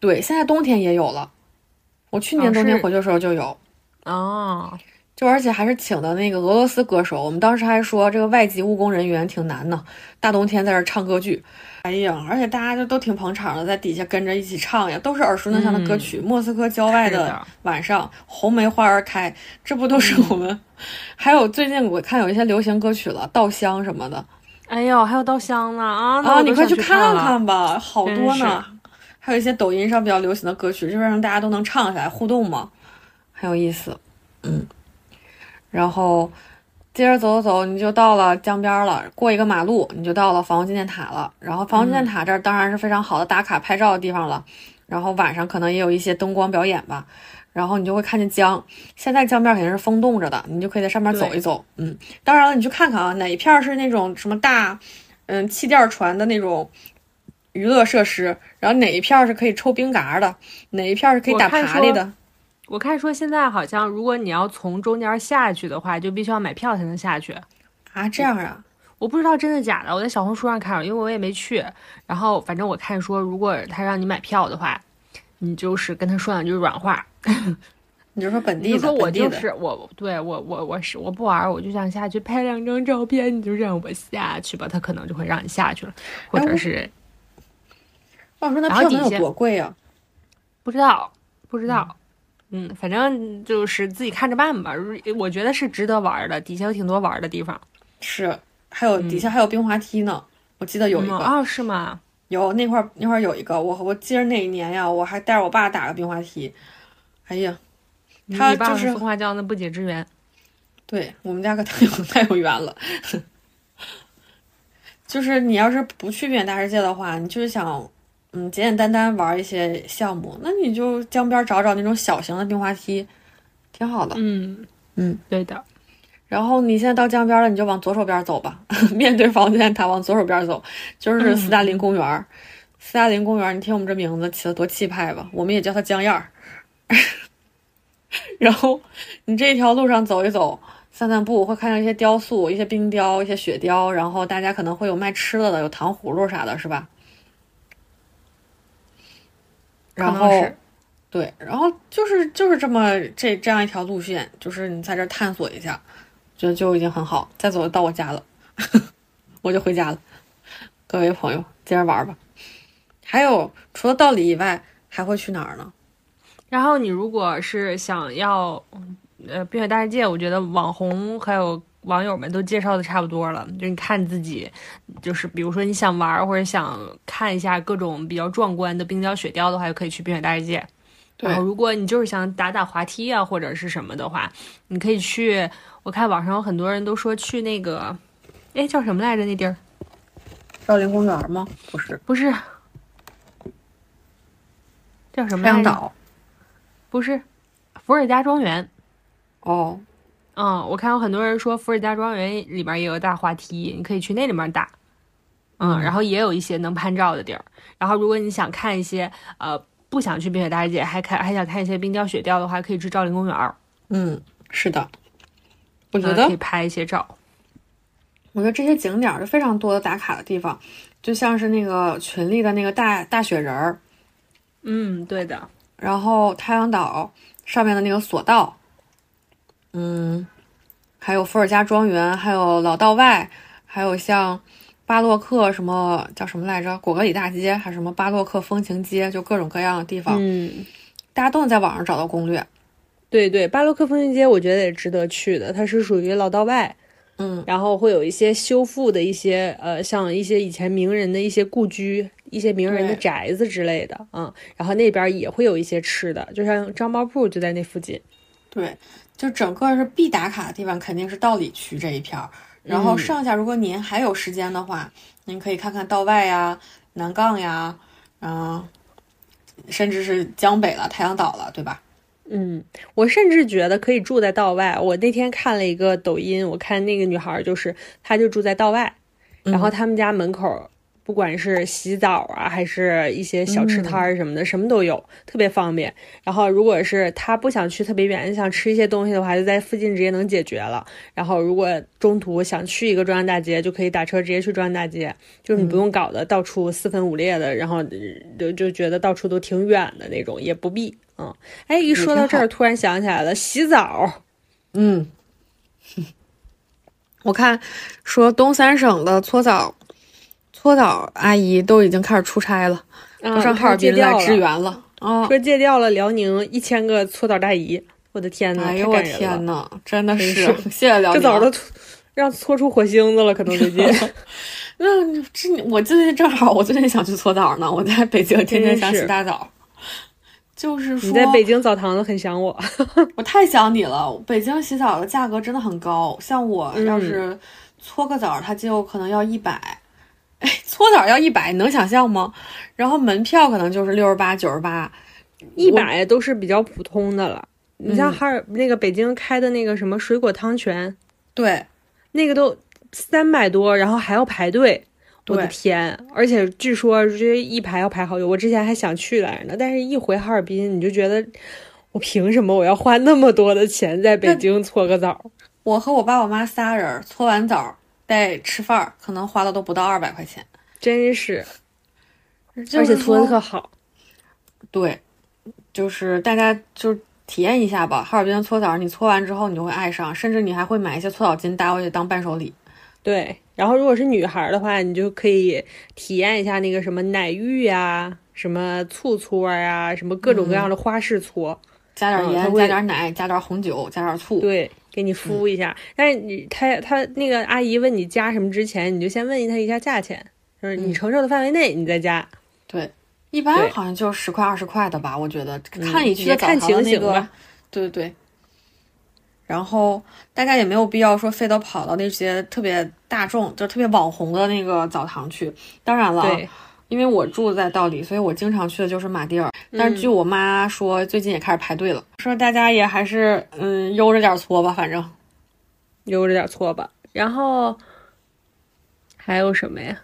Speaker 2: 对，现在冬天也有了。我去年
Speaker 1: 哦
Speaker 2: 冬天
Speaker 1: 是
Speaker 2: 回去的时候就有，
Speaker 1: 哦，
Speaker 2: 就而且还是请的那个俄罗斯歌手，我们当时还说这个外籍务工人员挺难呢，大冬天在这儿唱歌剧，哎呀，而且大家就都挺捧场的，在底下跟着一起唱呀，都是耳熟能详的歌曲，莫斯科郊外
Speaker 1: 是
Speaker 2: 的
Speaker 1: 的
Speaker 2: 晚上，红梅花儿开》，这不都是我们？ 还有最近我看有一些流行歌曲了，《稻香》什么的
Speaker 1: 哎呦，还有稻香呢啊！那
Speaker 2: 啊，
Speaker 1: 我都
Speaker 2: 你快
Speaker 1: 想去
Speaker 2: 看
Speaker 1: 了。
Speaker 2: 看吧，好多
Speaker 1: 真是
Speaker 2: 呢。还有一些抖音上比较流行的歌曲，就是让大家都能唱起来互动嘛，很有意思。嗯然后接着走走走，你就到了江边了，过一个马路你就到了房屋纪念塔了。然后房屋
Speaker 1: 嗯
Speaker 2: 纪念塔这儿当然是非常好的打卡拍照的地方了。然后晚上可能也有一些灯光表演吧，然后你就会看见江。现在江边肯定是风冻着的，你就可以在上面走一走。嗯，当然了，你去看看啊，哪一片儿是那种什么大，嗯，气垫船的那种。娱乐设施，然后哪一片儿是可以抽冰嘎的，哪一片儿是可以
Speaker 1: 我
Speaker 2: 打
Speaker 1: 看
Speaker 2: 爬犁
Speaker 1: 说
Speaker 2: 的，
Speaker 1: 我看说现在好像，如果你要从中间下去的话，就必须要买票才能下去。
Speaker 2: 啊，这样啊，
Speaker 1: 我不知道真的假的，我在小红书上看，因为我也没去。然后反正我看说，如果他让你买票的话，你就是跟他说两句软话，
Speaker 2: 你就说本
Speaker 1: 你
Speaker 2: 地
Speaker 1: 就
Speaker 2: 的，
Speaker 1: 说我
Speaker 2: 本地
Speaker 1: 就
Speaker 2: 的
Speaker 1: 是我，对我我我是我不玩儿，我就想下去拍两张照片，你就让我下去吧，他可能就会让你下去了，或
Speaker 2: 哎
Speaker 1: 者
Speaker 2: 我
Speaker 1: 是
Speaker 2: 我哦说那
Speaker 1: 然后
Speaker 2: 票
Speaker 1: 底
Speaker 2: 能
Speaker 1: 下
Speaker 2: 有多贵啊呀、
Speaker 1: 不知道不知道，嗯，反正就是自己看着办吧。如我觉得是值得玩儿的，底下有挺多玩儿的地方。
Speaker 2: 是，还有底下还有冰滑梯呢，我记得有一个，
Speaker 1: 嗯哦，是吗？
Speaker 2: 有那块儿那块儿有一个，我我记着那一年呀，我还带着我爸打个冰滑梯，哎呀，他
Speaker 1: 你爸
Speaker 2: 就
Speaker 1: 爸
Speaker 2: 是
Speaker 1: 风化教那不解之缘。
Speaker 2: 对我们家可太有 太有缘了。就是你要是不去遍大世界的话，你就是想，嗯，简简单单玩一些项目，那你就江边找找那种小型的冰滑梯，挺好的。
Speaker 1: 嗯
Speaker 2: 嗯，
Speaker 1: 对的。
Speaker 2: 然后你现在到江边了，你就往左手边走吧， 面对房间塔往左手边走，就是斯大林公园儿。斯大林公园儿，你听我们这名字起的多气派吧，我们也叫它江燕儿。 然后你这一条路上走一走，散散步，会看到一些雕塑，一些冰雕，一些雪雕，然后大家可能会有卖吃的的，有糖葫芦啥的，是吧？然
Speaker 1: 可能
Speaker 2: 后
Speaker 1: 是，
Speaker 2: 对，然后就是就是这么这这样一条路线，就是你在这儿探索一下，觉得就已经很好。再走就到我家了， 我就回家了。各位朋友，接着玩吧。还有，除了道里以外，还会去哪儿呢？
Speaker 1: 然后你如果是想要，呃，《冰雪大世界》，我觉得网红还有网友们都介绍的差不多了，就你看自己，就是比如说你想玩儿或者想看一下各种比较壮观的冰雕雪雕的话，就可以去《冰雪大世界》。
Speaker 2: 对
Speaker 1: 然后，如果你就是想打打滑梯啊或者是什么的话，你可以去。我看网上有很多人都说去那个，哎，叫什么来着？那地儿
Speaker 2: 少林公园吗？不是，
Speaker 1: 不是叫什么
Speaker 2: 太
Speaker 1: 来着？
Speaker 2: 阳岛。
Speaker 1: 不是伏尔加庄园。
Speaker 2: 哦，
Speaker 1: 嗯，我看有很多人说伏尔加庄园里边也有大滑梯，你可以去那里面打。嗯，然后也有一些能拍照的地儿。然后如果你想看一些呃不想去冰雪大世界，还看还想看一些冰雕雪雕的话，可以去昭陵公园儿，
Speaker 2: 嗯，是的。我
Speaker 1: 我
Speaker 2: 觉得
Speaker 1: 啊可以，拍一些照。
Speaker 2: 我觉得这些景点儿是非常多的打卡的地方，就像是那个群里的那个大大雪人儿，
Speaker 1: 嗯，对
Speaker 6: 啊
Speaker 1: 的，
Speaker 2: 然后太阳岛上面的那个索道，嗯，还有伏尔加庄园，还有老道外，还有像巴洛克什么叫什么来着，果戈里大街，还有什么巴洛克风情街，就各种各样的地方，
Speaker 6: 嗯，
Speaker 2: 大家都能在网上找到攻略。
Speaker 6: 对对，巴洛克风情街我觉得也值得去的，它是属于老道外，
Speaker 2: 嗯，
Speaker 6: 然后会有一些修复的一些呃，像一些以前名人的一些故居、一些名人的
Speaker 2: 对
Speaker 6: 宅子之类的，嗯，然后那边儿也会有一些吃的，就像张包铺就在那附近，
Speaker 2: 对，就整个是必打卡的地方，肯定是道里区这一片儿。然后剩下，如果您还有时间的话，您可以看看道外呀、南杠呀，嗯、甚至是江北了、太阳岛了，对吧？
Speaker 6: 嗯，我甚至觉得可以住在道外。我那天看了一个抖音，我看那个女孩儿就是，她就住在道外，然后他们家门口
Speaker 1: 不管是洗澡啊，还是一些小吃摊儿什么的，什么都有，特别方便。然后，如果是他不想去特别远，想吃一些东西的话，就在附近直接能解决了。然后，如果中途想去一个中央大街，就可以打车直接去中央大街，就是你不用搞得到处四分五裂的，然后呃就就觉得到处都挺远的那种，也不必。嗯，哎，一说到这儿，突然想起来了，洗澡。
Speaker 2: 嗯， 我看说东三省的搓澡搓澡阿姨都已经开始出差了，
Speaker 1: 啊
Speaker 2: 都上哈尔滨来支援了啊！
Speaker 1: 说戒掉了辽宁一千个搓澡大姨，我的天呐，
Speaker 2: 哎
Speaker 1: 啊太
Speaker 2: 呦我
Speaker 1: 感人了
Speaker 2: 天！呐，真的是
Speaker 1: 真是
Speaker 2: 谢谢辽
Speaker 1: 这
Speaker 2: 宁。
Speaker 1: 澡都搓让搓出火星子了，可能最近
Speaker 2: 那这我最近正好，我最近想去搓澡呢。我在北京天天想
Speaker 1: 真是
Speaker 2: 洗大澡，就是说
Speaker 1: 你在北京澡堂子很想我。
Speaker 2: 我太想你了。北京洗澡的价格真的很高，像我
Speaker 1: 嗯
Speaker 2: 要是搓个澡，它就有可能要一百。哎，搓澡要一百，你能想象吗？然后门票可能就是六十八、九十八。
Speaker 1: 一百都是比较普通的了。你
Speaker 2: 嗯
Speaker 1: 像哈尔那个北京开的那个什么水果汤泉，
Speaker 2: 对，
Speaker 1: 那个都三百多，然后还要排队。我的
Speaker 2: 对
Speaker 1: 天！而且据说这一排要排好久，我之前还想去来着呢，但是一回哈尔滨，你就觉得我凭什么我要花那么多的钱在北
Speaker 2: 那
Speaker 1: 京搓个澡？
Speaker 2: 我和我爸我妈仨人搓完澡带吃饭儿，可能花的都不到二百块钱。
Speaker 1: 真是，
Speaker 2: 就
Speaker 1: 而且
Speaker 2: 是
Speaker 1: 搓的
Speaker 2: 说
Speaker 1: 特好。
Speaker 2: 对，就是大家就是体验一下吧。哈尔滨的搓澡，你搓完之后你就会爱上，甚至你还会买一些搓澡巾带回去当伴手礼。
Speaker 1: 对，然后如果是女孩儿的话，你就可以体验一下那个什么奶浴呀、什么醋搓呀、什么各种各样
Speaker 2: 嗯
Speaker 1: 的花式搓。
Speaker 2: 加点
Speaker 1: 嗯它
Speaker 2: 盐，
Speaker 1: 会
Speaker 2: 加点奶，加点红酒，加点醋。
Speaker 1: 对，给你
Speaker 2: 嗯
Speaker 1: 敷一下。但是你他他那个阿姨问你加什么之前，你就先问他一下价钱，就是你
Speaker 2: 嗯
Speaker 1: 承受的范围内你再加。
Speaker 2: 对，一般
Speaker 1: 对
Speaker 2: 好像就十块二十块的吧，我觉得看你去
Speaker 1: 也
Speaker 2: 的澡
Speaker 1: 看
Speaker 2: 堂的
Speaker 1: 情
Speaker 2: 那
Speaker 1: 形
Speaker 2: 个
Speaker 1: 吧，
Speaker 2: 对对对。然后大家也没有必要说非得跑到那些特别大众，就特别网红的那个澡堂去。当然了啊，
Speaker 1: 对，
Speaker 2: 因为我住在道里，所以我经常去的就是马蒂尔。但是据我妈说，最近也开始排队了，说大家也还是嗯悠着点搓吧，反正
Speaker 1: 悠着点搓吧。然后还有什么呀？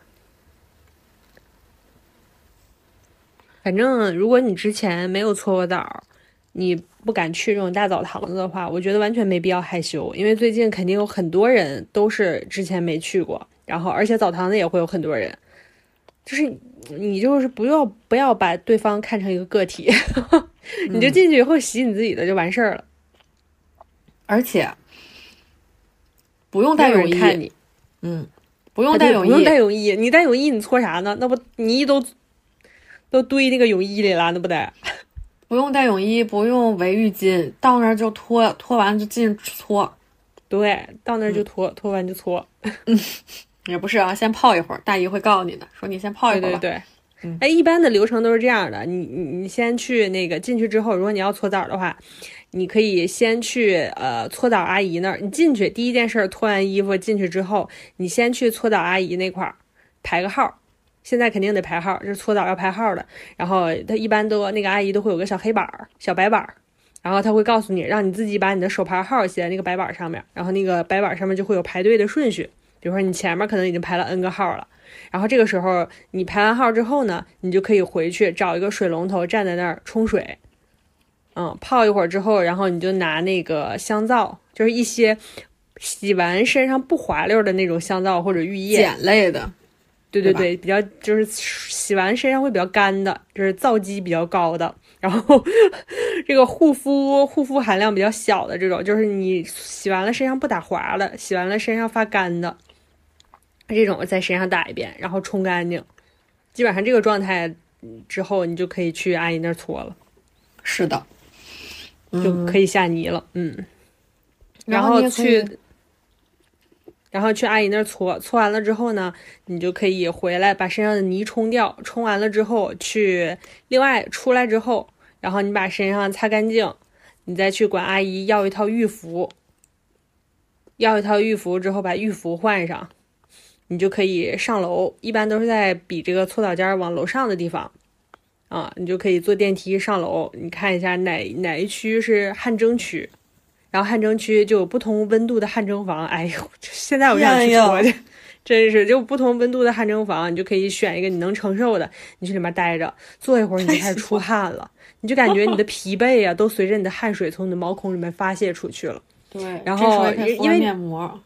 Speaker 1: 反正如果你之前没有搓过澡，你不敢去这种大澡堂子的话，我觉得完全没必要害羞，因为最近肯定有很多人都是之前没去过，然后而且澡堂子也会有很多人，就是你你就是不要不要把对方看成一个个体， 你就进去以后洗你自己的就完事儿了，
Speaker 2: 而且不用
Speaker 1: 没
Speaker 2: 带
Speaker 1: 有
Speaker 2: 泳
Speaker 1: 人看
Speaker 2: 衣，
Speaker 1: 你。
Speaker 2: 嗯，不用
Speaker 1: 啊
Speaker 2: 带
Speaker 1: 对
Speaker 2: 泳
Speaker 1: 不用
Speaker 2: 衣，
Speaker 1: 带泳衣，你带泳衣你搓啥呢？那不泥都都堆那个泳衣里了，那不得？
Speaker 2: 不用带泳衣，不用围浴巾，到那儿就脱，脱完就进去搓。
Speaker 1: 对，到那儿就脱，脱完就搓。
Speaker 2: 也不是啊，先泡一会儿，大姨会告诉你的，说你先泡一
Speaker 1: 对
Speaker 2: 会儿
Speaker 1: 对
Speaker 2: 吧。
Speaker 1: 对。哎，一般的流程都是这样的，你你你先去那个进去之后，如果你要搓澡的话，你可以先去呃搓澡阿姨那儿。你进去第一件事儿，脱完衣服进去之后，你先去搓澡阿姨那块儿排个号。现在肯定得排号，这是搓澡要排号的。然后他一般都那个阿姨都会有个小黑板儿、小白板儿，然后他会告诉你，让你自己把你的手牌号写在那个白板上面，然后那个白板上面就会有排队的顺序。比如说你前面可能已经排了 n 个号了，然后这个时候你排完号之后呢，你就可以回去找一个水龙头站在那儿冲水，嗯，泡一会儿之后，然后你就拿那个香皂，就是一些洗完身上不滑溜的那种香皂或者浴液，
Speaker 2: 碱类的，
Speaker 1: 对对
Speaker 2: 对吧
Speaker 1: 对，比较就是洗完身上会比较干的，就是皂基比较高的，然后这个护肤护肤含量比较小的这种，就是你洗完了身上不打滑了，洗完了身上发干的，这种在身上打一遍，然后冲干净，基本上这个状态嗯之后，你就可以去阿姨那儿搓了，
Speaker 2: 是的。
Speaker 1: 就可以下泥了，嗯。然后
Speaker 2: 你也可以
Speaker 1: 去，然后去阿姨那儿搓，搓完了之后呢，你就可以回来把身上的泥冲掉，冲完了之后去另外出来之后，然后你把身上擦干净，你再去管阿姨要一套浴服，要一套浴服之后把浴服换上，你就可以上楼，一般都是在比这个搓澡间儿往楼上的地方。啊，你就可以坐电梯上楼，你看一下哪哪一区是汗蒸区，然后汗蒸区就有不同温度的汗蒸房。哎呦，这现在我就想去
Speaker 2: 哎呦
Speaker 1: 搓去， 真是就不同温度的汗蒸房，你就可以选一个你能承受的，你去里面待着，坐一会儿你就开始出汗了，你就感觉你的疲惫啊，都随着你的汗水从你的毛孔里面发泄出去了。
Speaker 2: 对，
Speaker 1: 然
Speaker 2: 这时候
Speaker 1: 后
Speaker 2: 也可以
Speaker 1: 因
Speaker 2: 敷上
Speaker 1: 为
Speaker 2: 面膜，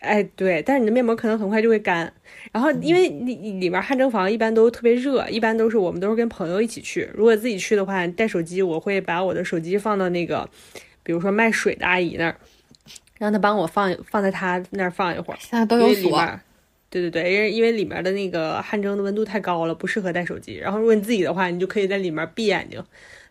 Speaker 1: 哎，对，但是你的面膜可能很快就会干。然
Speaker 2: 嗯
Speaker 1: 后，因为里里面汗蒸房一般都特别热，一般都是我们都是跟朋友一起去。如果自己去的话，带手机，我会把我的手机放到那个，比如说卖水的阿姨那儿，让她帮我放放在她那儿放一会儿。
Speaker 2: 现在都
Speaker 1: 因
Speaker 2: 有
Speaker 1: 为里
Speaker 2: 锁
Speaker 1: 面，儿，对对对，因为因为里面的那个汗蒸的温度太高了，不适合带手机。然后如果你自己的话，你就可以在里面闭眼睛，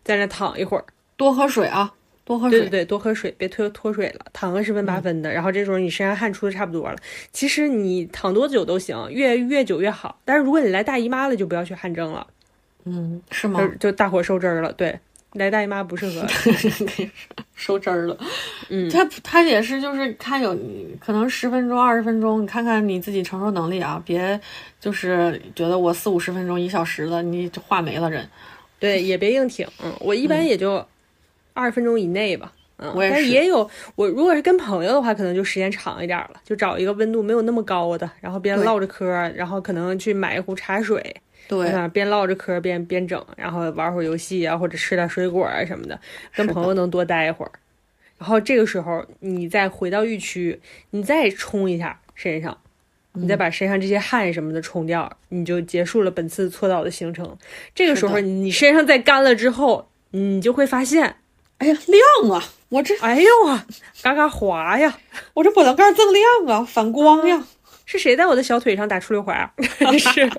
Speaker 1: 在那躺一会儿。
Speaker 2: 多喝水啊，多喝
Speaker 1: 对
Speaker 2: 水。嗯
Speaker 1: 对对，多喝水，别脱脱水了，躺个十分八分的。然后这时候你身上汗出的差不多了，其实你躺多久都行，越越久越好。但是如果你来大姨妈了，就不要去汗蒸了，
Speaker 2: 嗯，是吗
Speaker 1: 就？就大伙受汁儿了。对，来大姨妈不适 合。
Speaker 2: 收汁儿了。
Speaker 1: 嗯
Speaker 2: 它它也是，就是看有可能十分钟、二十分钟，你看看你自己承受能力啊，别就是觉得我四五十分钟、一小时的，你就话没了人。
Speaker 1: 对，也别硬挺。嗯，我一般也就二十分钟以内吧。嗯，
Speaker 2: 我也
Speaker 1: 但
Speaker 2: 是
Speaker 1: 也有我如果是跟朋友的话，可能就时间长一点儿了，就找一个温度没有那么高的，然后边
Speaker 2: 对
Speaker 1: 唠着嗑儿，然后可能去买一壶茶水，
Speaker 2: 对，
Speaker 1: 啊，边唠着嗑儿边边整，然后玩会儿游戏啊，或者吃点水果啊什么的， 跟
Speaker 2: 是的
Speaker 1: 朋友能多待一会儿。然后这个时候你再回到浴区，你再冲一下身上，你
Speaker 2: 嗯
Speaker 1: 再把身上这些汗什么的冲掉，你就结束了本次搓澡的行程。这个
Speaker 2: 是
Speaker 1: 时候
Speaker 2: 的
Speaker 1: 你身上再干了之后，你就会发现，
Speaker 2: 哎呀，亮啊！我这
Speaker 1: 哎呦啊，嘎嘎滑呀！
Speaker 2: 我这波棱盖锃亮啊，反光呀！
Speaker 1: 嗯是谁在我的小腿上打出溜滑儿？真 是。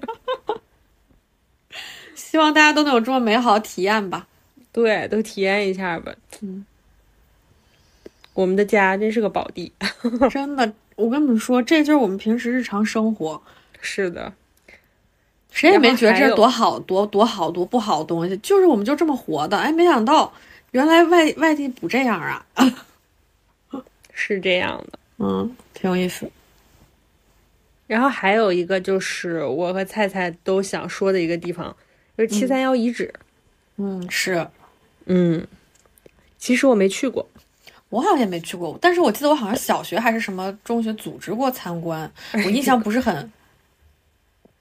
Speaker 2: 希望大家都能有这么美好的体验 吧。
Speaker 1: 对，都体验一下吧。
Speaker 2: 嗯，
Speaker 1: 我们的家真是个宝地。
Speaker 2: 真的，我跟你们说，这就是我们平时日常生活，
Speaker 1: 是的，
Speaker 2: 谁也没觉得
Speaker 1: 然后还
Speaker 2: 这
Speaker 1: 有
Speaker 2: 多好、多多好、多不好的东西，就是我们就这么活的。哎，没想到原来外外地不这样啊！
Speaker 1: 是这样的。
Speaker 2: 嗯，挺有意思。
Speaker 1: 然后还有一个就是我和菜菜都想说的一个地方，就是七三幺遗址。
Speaker 2: 嗯，是
Speaker 1: 嗯，其实我没去过。
Speaker 2: 我好像也没去过，但是我记得我好像小学还是什么中学组织过参观，
Speaker 1: 哎
Speaker 2: 我印象不是 很，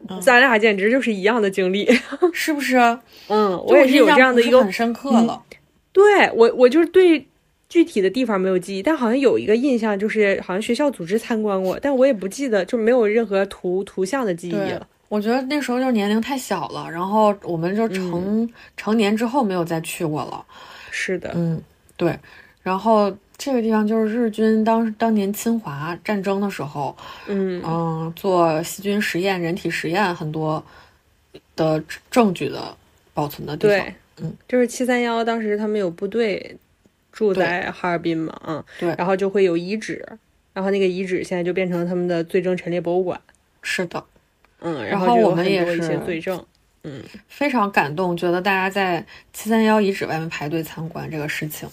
Speaker 2: 嗯
Speaker 1: 咱俩简直就是一样的经历。
Speaker 2: 是不是？
Speaker 1: 嗯，我也是有这样的一
Speaker 2: 就我印象不是
Speaker 1: 个嗯
Speaker 2: 很深刻了。
Speaker 1: 对我，我就是对具体的地方没有记忆，但好像有一个印象，就是好像学校组织参观过，但我也不记得，就没有任何图图像的记忆
Speaker 2: 对
Speaker 1: 了。，
Speaker 2: 我觉得那时候就是年龄太小了，然后我们就成、成年之后没有再去过了。
Speaker 1: 是的，
Speaker 2: 嗯，对。然后这个地方就是日军当当年侵华战争的时候，
Speaker 1: 嗯
Speaker 2: 嗯，做细菌实验、人体实验很多的证据的保存的地方。
Speaker 1: 对，
Speaker 2: 嗯，
Speaker 1: 就是七三幺，当时他们有部队住在哈尔滨嘛，啊，
Speaker 2: 对
Speaker 1: 然后就会有遗址，然后那个遗址现在就变成了他们的罪证陈列博物馆，
Speaker 2: 是的。
Speaker 1: 嗯，
Speaker 2: 然
Speaker 1: 后
Speaker 2: 后
Speaker 1: 就有
Speaker 2: 我们
Speaker 1: 很
Speaker 2: 也
Speaker 1: 多一些
Speaker 2: 是
Speaker 1: 罪证，
Speaker 2: 非常感动，觉得大家在七三幺遗址外面排队参观这个事情。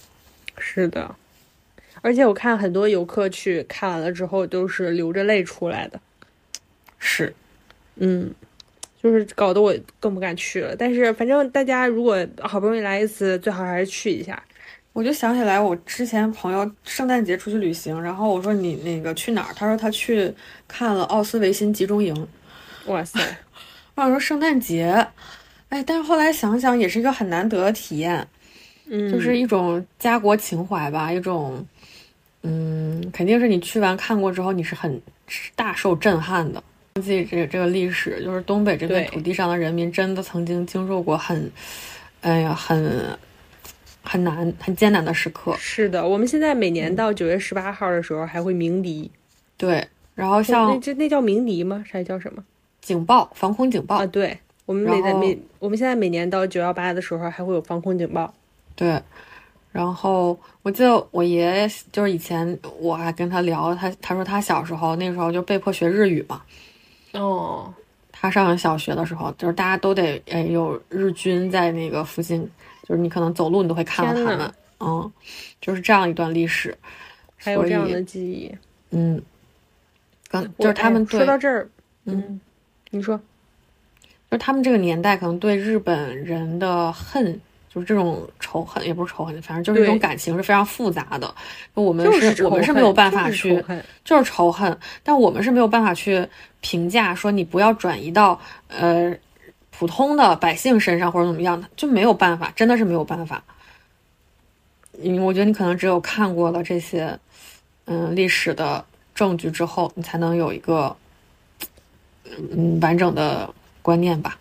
Speaker 1: 是的，而且我看很多游客去看完了之后都是流着泪出来的，
Speaker 2: 是，
Speaker 1: 嗯。就是搞得我更不敢去了，但是反正大家如果好不容易来一次，最好还是去一下。
Speaker 2: 我就想起来我之前朋友圣诞节出去旅行，然后我说你那个去哪儿？他说他去看了奥斯维辛集中营。
Speaker 1: 哇塞，
Speaker 2: 我想说圣诞节，哎，但是后来想想也是一个很难得的体验，
Speaker 1: 嗯，
Speaker 2: 就是一种家国情怀吧，一种，嗯，肯定是你去完看过之后，你是很大受震撼的。自己这这个历史，就是东北这片
Speaker 1: 对
Speaker 2: 土地上的人民真的曾经经受过很，哎呀，很很难、很艰难的时刻。
Speaker 1: 是的，我们现在每年
Speaker 2: 嗯
Speaker 1: 到九月十八号的时候还会鸣笛，
Speaker 2: 对，然后
Speaker 1: 那
Speaker 2: 像
Speaker 1: 这那叫鸣笛吗？还叫什么？
Speaker 2: 警报、防空警报
Speaker 1: 啊，，对，我们每
Speaker 2: 哦然后
Speaker 1: 每我们现在每年到九幺八的时候还会有防空警报。
Speaker 2: 对，然后我记得我爷爷就是以前我还跟他聊，他他说他小时候那时候就被迫学日语嘛，
Speaker 1: 哦，
Speaker 2: 他上小学的时候就是大家都得呃有日军在那个附近，就是你可能走路你都会看到
Speaker 1: 天
Speaker 2: 他
Speaker 1: 呐
Speaker 2: 们，嗯，就是这样一段历史，
Speaker 1: 还有
Speaker 2: 所
Speaker 1: 这样
Speaker 2: 以
Speaker 1: 的记忆，
Speaker 2: 嗯，跟
Speaker 1: 我
Speaker 2: 就是他
Speaker 1: 哎
Speaker 2: 们
Speaker 1: 说
Speaker 2: 对
Speaker 1: 到这儿，
Speaker 2: 嗯
Speaker 1: 嗯，你说
Speaker 2: 就是他们这个年代可能对日本人的恨，就是这种仇恨，也不是仇恨，反正就是一种
Speaker 1: 对
Speaker 2: 感情是非常复杂的。我们、
Speaker 1: 就是是
Speaker 2: 我们
Speaker 1: 仇
Speaker 2: 是没有
Speaker 1: 恨
Speaker 2: 办
Speaker 1: 就
Speaker 2: 法
Speaker 1: 是
Speaker 2: 去，
Speaker 1: 仇恨
Speaker 2: 就是仇恨，但我们是没有办法去评价说你不要转移到呃普通的百姓身上或者怎么样的，就没有办法，真的是没有办法。嗯，我觉得你可能只有看过了这些，嗯，历史的证据之后，你才能有一个嗯完整的观念吧。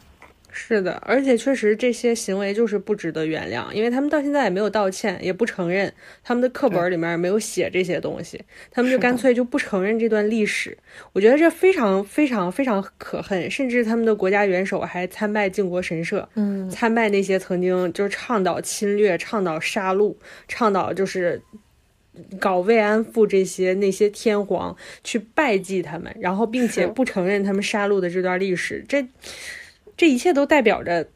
Speaker 1: 是的，而且确实这些行为就是不值得原谅，因为他们到现在也没有道歉，也不承认，他们的课本里面没有写这些东西，他们就是干
Speaker 2: 的
Speaker 1: 脆就不承认这段历史。我觉得这非常非常非常可恨，甚至他们的国家元首还参拜靖国神社，
Speaker 2: 嗯，
Speaker 1: 参拜那些曾经就是倡导侵略、倡导杀戮、倡导就是搞慰安妇这些那些天皇去拜祭他们，然后并且
Speaker 2: 是
Speaker 1: 不承认他们杀戮的这段历史，这这一切都代表着。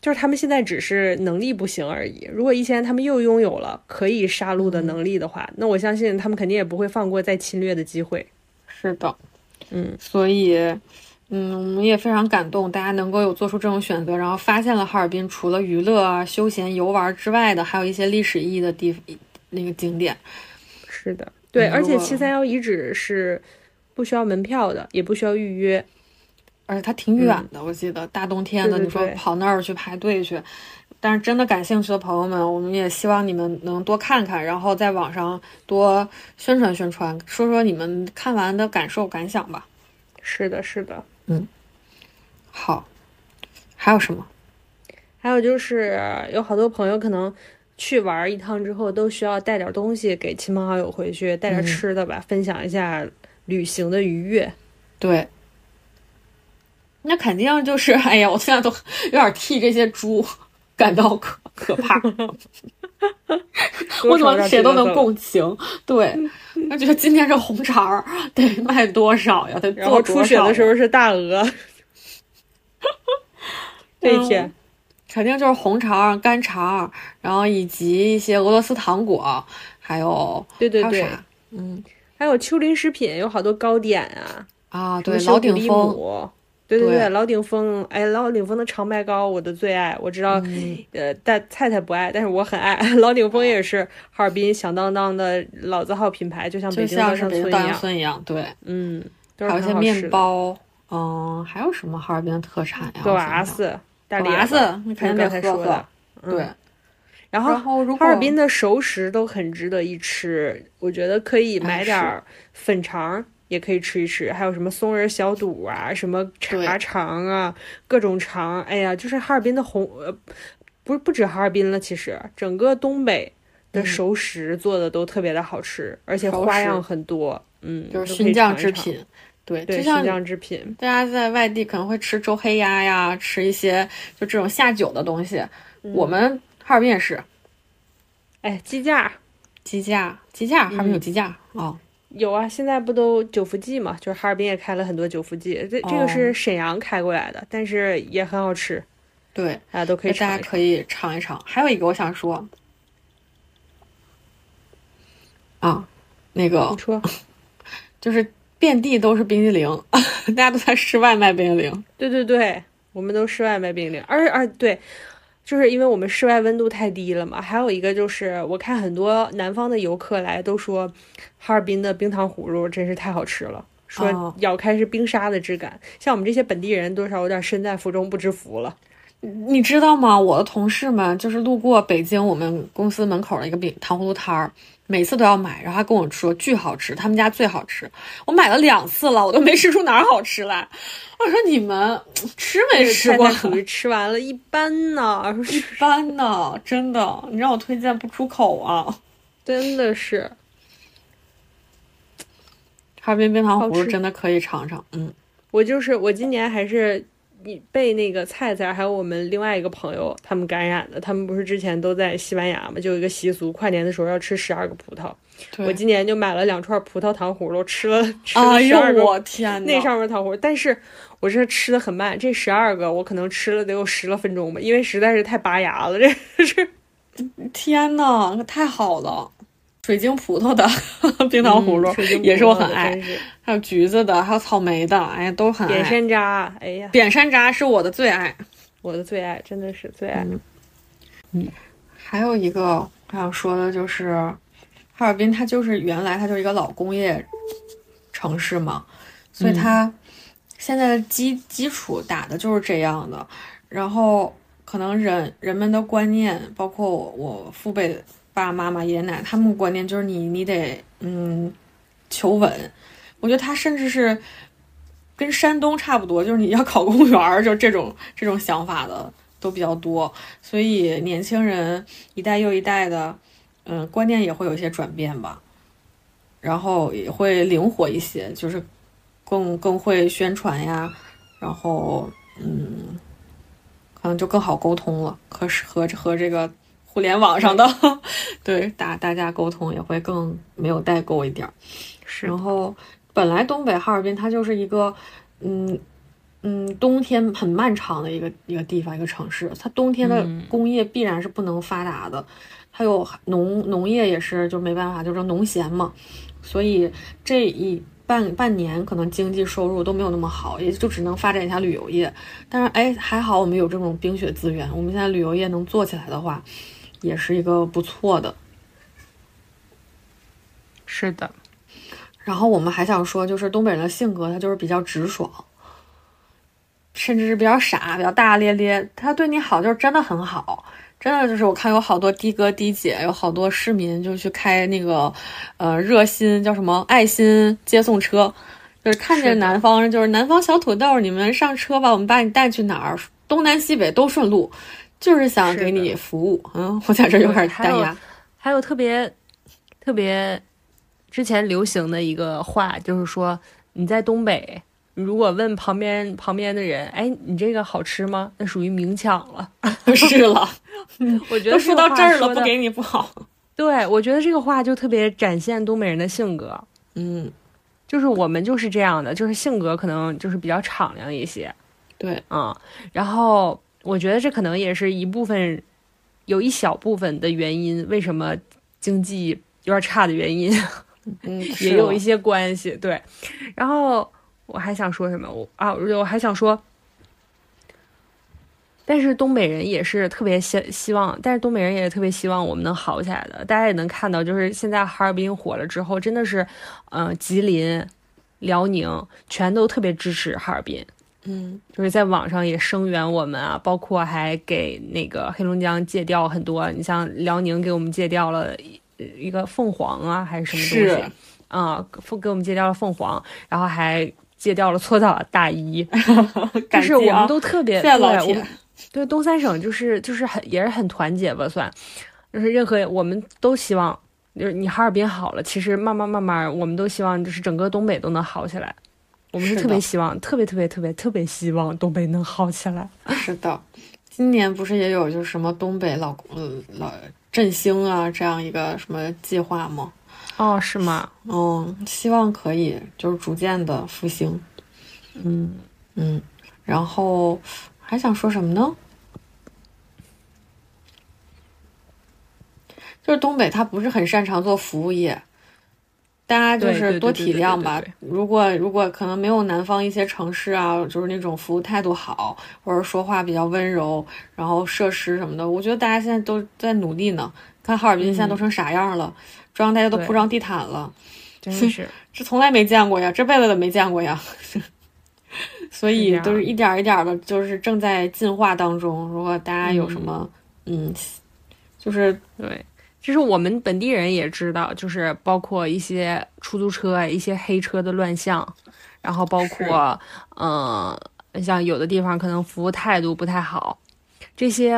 Speaker 1: 就是他们现在只是能力不行而已。如果以前他们又拥有了可以杀戮的
Speaker 2: 嗯
Speaker 1: 能力的话，那我相信他们肯定也不会放过再侵略的机会。
Speaker 2: 是的，
Speaker 1: 嗯，
Speaker 2: 所以，嗯，我们也非常感动，大家能够有做出这种选择，然后发现了哈尔滨除了娱乐啊、休闲游玩之外的，还有一些历史意义的地那个景点。
Speaker 1: 是的，对。
Speaker 2: 嗯
Speaker 1: 而且
Speaker 2: 如果
Speaker 1: 七三幺遗址是不需要门票的，也不需要预约。
Speaker 2: 而且它挺远的，我记得大冬天的，
Speaker 1: 嗯对对
Speaker 2: 你说
Speaker 1: 对
Speaker 2: 跑那儿去排队去。但是真的感兴趣的朋友们，我们也希望你们能多看看，然后在网上多宣传宣传，说说你们看完的感受感想吧。
Speaker 1: 是的，是的。
Speaker 2: 好，还有什么？
Speaker 1: 还有就是有好多朋友可能去玩一趟之后，都需要带点东西给亲朋好友回去，带点
Speaker 2: 嗯
Speaker 1: 吃的吧，分享一下旅行的愉悦。
Speaker 2: 对，那肯定就是，哎呀，我现在都有点替这些猪感到可可 怕，我怎么谁都能共情？ 对，我觉得今天这红肠儿得卖多少呀？得
Speaker 1: 然后
Speaker 2: 做
Speaker 1: 出
Speaker 2: 多
Speaker 1: 血
Speaker 2: 少
Speaker 1: 的
Speaker 2: 呀？
Speaker 1: 时候是大鹅， 这一
Speaker 2: 嗯
Speaker 1: 天
Speaker 2: 肯定就是红肠儿、干肠儿，然后以及一些俄罗斯糖果，还有
Speaker 1: 对对
Speaker 2: 还有
Speaker 1: 对
Speaker 2: 啥？嗯
Speaker 1: 还有秋林食品有好多糕点啊，
Speaker 2: 啊，
Speaker 1: 什
Speaker 2: 对
Speaker 1: 么，
Speaker 2: 老
Speaker 1: 小古
Speaker 2: 顶
Speaker 1: 力
Speaker 2: 峰。
Speaker 1: 姆。对对
Speaker 2: 对
Speaker 1: 对，老顶峰，哎，老顶峰的长白糕我的最爱，我知道，
Speaker 2: 嗯
Speaker 1: 呃，但菜菜不爱，但是我很爱。 老顶峰也是哈尔滨响当当的老字号品牌，就像
Speaker 2: 就
Speaker 1: 北京稻
Speaker 2: 像是
Speaker 1: 香
Speaker 2: 北
Speaker 1: 村一
Speaker 2: 京稻香
Speaker 1: 样。
Speaker 2: 村一样，对，
Speaker 1: 嗯，都
Speaker 2: 还有
Speaker 1: 是很
Speaker 2: 一些
Speaker 1: 好吃
Speaker 2: 面
Speaker 1: 的，
Speaker 2: 包，嗯，还有什么哈尔滨的特产呀？
Speaker 1: 狗
Speaker 2: 我
Speaker 1: 娃
Speaker 2: 想啊想，
Speaker 1: 子、大
Speaker 2: 狗
Speaker 1: 列
Speaker 2: 娃子
Speaker 1: 巴，
Speaker 2: 那
Speaker 1: 就
Speaker 2: 肯定
Speaker 1: 是刚才
Speaker 2: 得喝
Speaker 1: 说
Speaker 2: 喝
Speaker 1: 的。嗯
Speaker 2: 对。
Speaker 1: 然
Speaker 2: 然
Speaker 1: 后
Speaker 2: 后如果
Speaker 1: 哈尔滨的熟食都很值得一吃，我觉得可以买
Speaker 2: 哎
Speaker 1: 点儿粉肠，也可以吃一吃，还有什么松仁小肚啊，什么茶
Speaker 2: 对
Speaker 1: 肠啊，各种肠。哎呀，就是哈尔滨的红，呃，不是不止哈尔滨了，其实整个东北的熟食做的都特别的好吃，而且
Speaker 2: 嗯熟
Speaker 1: 花
Speaker 2: 食
Speaker 1: 样很多。嗯，
Speaker 2: 就是
Speaker 1: 都可以
Speaker 2: 熏酱
Speaker 1: 尝一
Speaker 2: 制
Speaker 1: 尝，
Speaker 2: 品，对，
Speaker 1: 对，
Speaker 2: 就
Speaker 1: 熏
Speaker 2: 像
Speaker 1: 酱制品。
Speaker 2: 大家在外地可能会吃周黑鸭呀，吃一些就这种下酒的东西。
Speaker 1: 嗯
Speaker 2: 我们哈尔滨也是
Speaker 1: 哎，鸡架。
Speaker 2: 鸡架，鸡架，哈尔滨
Speaker 1: 嗯
Speaker 2: 有鸡架啊、哦
Speaker 1: 有啊，现在不都九福记嘛，就是哈尔滨也开了很多九福记，这这个
Speaker 2: 哦
Speaker 1: 是沈阳开过来的，但是也很好吃，
Speaker 2: 对，
Speaker 1: 大家都可以
Speaker 2: 那
Speaker 1: 尝
Speaker 2: 大家
Speaker 1: 一尝。
Speaker 2: 可以尝一尝。还有一个我想说，啊，那个
Speaker 1: 你说，
Speaker 2: 就是遍地都是冰激凌， 大家都在室外卖冰激凌。
Speaker 1: 对对对，我们都室外卖冰凌，而而对，就是因为我们室外温度太低了嘛。还有一个就是，我看很多南方的游客来都说，哈尔滨的冰糖葫芦真是太好吃了，说
Speaker 2: 哦
Speaker 1: 咬开是冰沙的质感。像我们这些本地人，多少有点身在福中不知福了。
Speaker 2: 你知道吗？我的同事们就是路过北京我们公司门口的一个饼糖葫芦摊儿，每次都要买，然后他跟我说巨好吃，他们家最好吃。我买了两次了，我都没吃出哪儿好吃来。我说你们吃没吃过
Speaker 1: 菜？菜属于吃完了一般 呢，
Speaker 2: 一般呢，真的，你让我推荐不出口啊。
Speaker 1: 真的是。
Speaker 2: 哈尔滨冰糖葫
Speaker 1: 好
Speaker 2: 芦
Speaker 1: 吃
Speaker 2: 真的可以尝尝，嗯，
Speaker 1: 我就是我今年还是你被那个菜菜还有我们另外一个朋友他们感染的，他们不是之前都在西班牙嘛，就有一个习俗，跨年的时候要吃十二个葡萄。
Speaker 2: 对
Speaker 1: 我今年就买了两串葡萄糖葫芦，吃了吃了
Speaker 2: 哎
Speaker 1: 十
Speaker 2: 呦
Speaker 1: 二个、
Speaker 2: 我天呐，
Speaker 1: 那上面糖葫芦，但是我这吃的很慢，这十二个我可能吃了得有十来分钟吧，因为实在是太拔牙了，这是
Speaker 2: 天呐，那太好了！水晶葡萄的
Speaker 1: 嗯
Speaker 2: 冰糖葫芦、也是我很爱
Speaker 1: 真，是
Speaker 2: 还有橘子的，还有草莓的，哎呀，都很
Speaker 1: 扁
Speaker 2: 爱。
Speaker 1: 山楂，哎呀，
Speaker 2: 扁山楂是我的最爱。
Speaker 1: 嗯我的最爱，真的是最爱。
Speaker 2: 还有一个我想说的就是，哈尔滨它就是原来它就是一个老工业城市嘛，所以它现在的基基础打的就是这样的。然后可能人人们的观念，包括我我父辈爸爸妈妈爷爷奶奶他们观念就是你你得嗯求稳。我觉得他甚至是跟山东差不多，就是你要考公务员儿，就这种这种想法的都比较多。所以年轻人一代又一代的，嗯，观念也会有一些转变吧，然后也会灵活一些，就是更更会宣传呀，然后嗯，可能就更好沟通了，和是和和这个互联网上的 对大大家沟通也会更没有代沟一点儿。
Speaker 1: 是
Speaker 2: 然后本来东北哈尔滨它就是一个，嗯嗯，冬天很漫长的一个一个地方一个城市，它冬天的工业必然是不能发达的，还有农农业也是就没办法，就是农闲嘛，所以这一。半半年可能经济收入都没有那么好，也就只能发展一下旅游业。但是哎，还好我们有这种冰雪资源，我们现在旅游业能做起来的话，也是一个不错的。
Speaker 1: 是的，
Speaker 2: 然后我们还想说，就是东北人的性格，他就是比较直爽，甚至是比较傻、比较大大咧咧。他对你好就是真的很好，真的就是我看有好多的哥的姐，有好多市民就去开那个，呃，热心叫什么爱心接送车，就是看
Speaker 1: 是的
Speaker 2: 见南方人就是南方小土豆，你们上车吧，我们把你带去哪儿，东南西北都顺路，就是想
Speaker 1: 是的
Speaker 2: 给你服务。嗯，我在这儿有点
Speaker 1: 还有
Speaker 2: 单压，
Speaker 1: 还有特别特别之前流行的一个话，就是说你在东北，你如果问旁边旁边的人，哎，你这个好吃吗？那属于明抢了。
Speaker 2: 是了，
Speaker 1: 我觉
Speaker 2: 都
Speaker 1: 得
Speaker 2: 说
Speaker 1: 个
Speaker 2: 到
Speaker 1: 话
Speaker 2: 这儿
Speaker 1: 说
Speaker 2: 了，
Speaker 1: 的
Speaker 2: 不给你不 好。
Speaker 1: 对，我觉得这个话就特别展现东北人的性格，
Speaker 2: 嗯，
Speaker 1: 就是我们就是这样的，就是性格可能就是比较敞亮一些，
Speaker 2: 对。
Speaker 1: 嗯，然后我觉得这可能也是一部分，有一小部分的原因，为什么经济有点差的原因，
Speaker 2: 嗯，是
Speaker 1: 也有
Speaker 2: 了
Speaker 1: 一些关系，对。然后我还想说什么？我啊，我还想说，但是东北人也是特别希希望，但是东北人也特别希望我们能好起来的。大家也能看到，就是现在哈尔滨火了之后，真的是，嗯、吉林、辽宁全都特别支持哈尔滨。
Speaker 2: 嗯，
Speaker 1: 就是在网上也声援我们啊，包括还给那个黑龙江借调很多，你像辽宁给我们借调了一呃一个凤凰啊，还是什么东西
Speaker 2: 是
Speaker 1: 啊，凤给我们借调了凤凰，然后还借调了搓澡大衣，就
Speaker 2: 感
Speaker 1: 是
Speaker 2: 谢
Speaker 1: 我们
Speaker 2: 啊
Speaker 1: 都特别
Speaker 2: 谢谢老
Speaker 1: 对我
Speaker 2: 铁
Speaker 1: 们，对东三省就是就是很也是很团结吧，算，就是任何我们都希望。就是你哈尔滨好了，其实慢慢慢慢，我们都希望就是整个东北都能好起来。我们是
Speaker 2: 是
Speaker 1: 特别
Speaker 2: 的
Speaker 1: 希望，特别特别特别特别希望东北能好起来。
Speaker 2: 是的，今年不是也有就是什么东北老公呃老振兴啊这样一个什么计划吗？
Speaker 1: 哦，是吗？
Speaker 2: 嗯，希望可以就是逐渐的复兴。
Speaker 1: 嗯，
Speaker 2: 嗯，然后还想说什么呢？就是东北，它不是很擅长做服务业，大家就
Speaker 1: 对对
Speaker 2: 是
Speaker 1: 对
Speaker 2: 多
Speaker 1: 对
Speaker 2: 体
Speaker 1: 对
Speaker 2: 谅
Speaker 1: 对
Speaker 2: 吧
Speaker 1: 对。
Speaker 2: 如果如果可能没有南方一些城市啊，就是那种服务态度好，或者说话比较温柔，然后设施什么的，我觉得大家现在都在努力呢。看哈尔滨现在都成啥样了，中央大街都铺
Speaker 1: 嗯对
Speaker 2: 上地毯了。
Speaker 1: 真 是
Speaker 2: 这从来没见过呀，这辈子都没见过呀。 所
Speaker 1: 是这
Speaker 2: 以
Speaker 1: 样
Speaker 2: 都是一点儿一点儿的，就是正在进化当中。如果大家有什么，嗯，就是
Speaker 1: 对。就是我们本地人也知道，就是包括一些出租车、啊一些黑车的乱象，然后包括嗯、呃像有的地方可能服务态度不太好，这些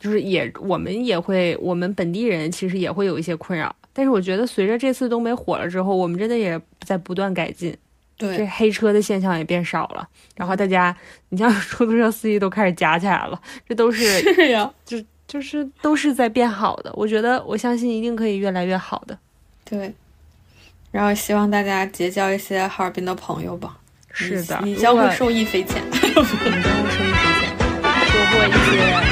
Speaker 1: 就是也我们也会，我们本地人其实也会有一些困扰。但是我觉得随着这次东北火了之后，我们真的也在不断改进。这
Speaker 2: 对，
Speaker 1: 黑车的现象也变少了，然后大家，你像出租车司机都开始夹起来了，这都是
Speaker 2: 是呀，
Speaker 1: 就就是都是在变好的。我觉得我相信一定可以越来越好的。
Speaker 2: 对。然后希望大家结交一些哈尔滨的朋友吧，
Speaker 1: 是的，
Speaker 2: 你你将
Speaker 1: 如
Speaker 2: 会
Speaker 1: 果
Speaker 2: 受益匪浅。
Speaker 1: 你将会受益匪浅，收获一些
Speaker 3: 啊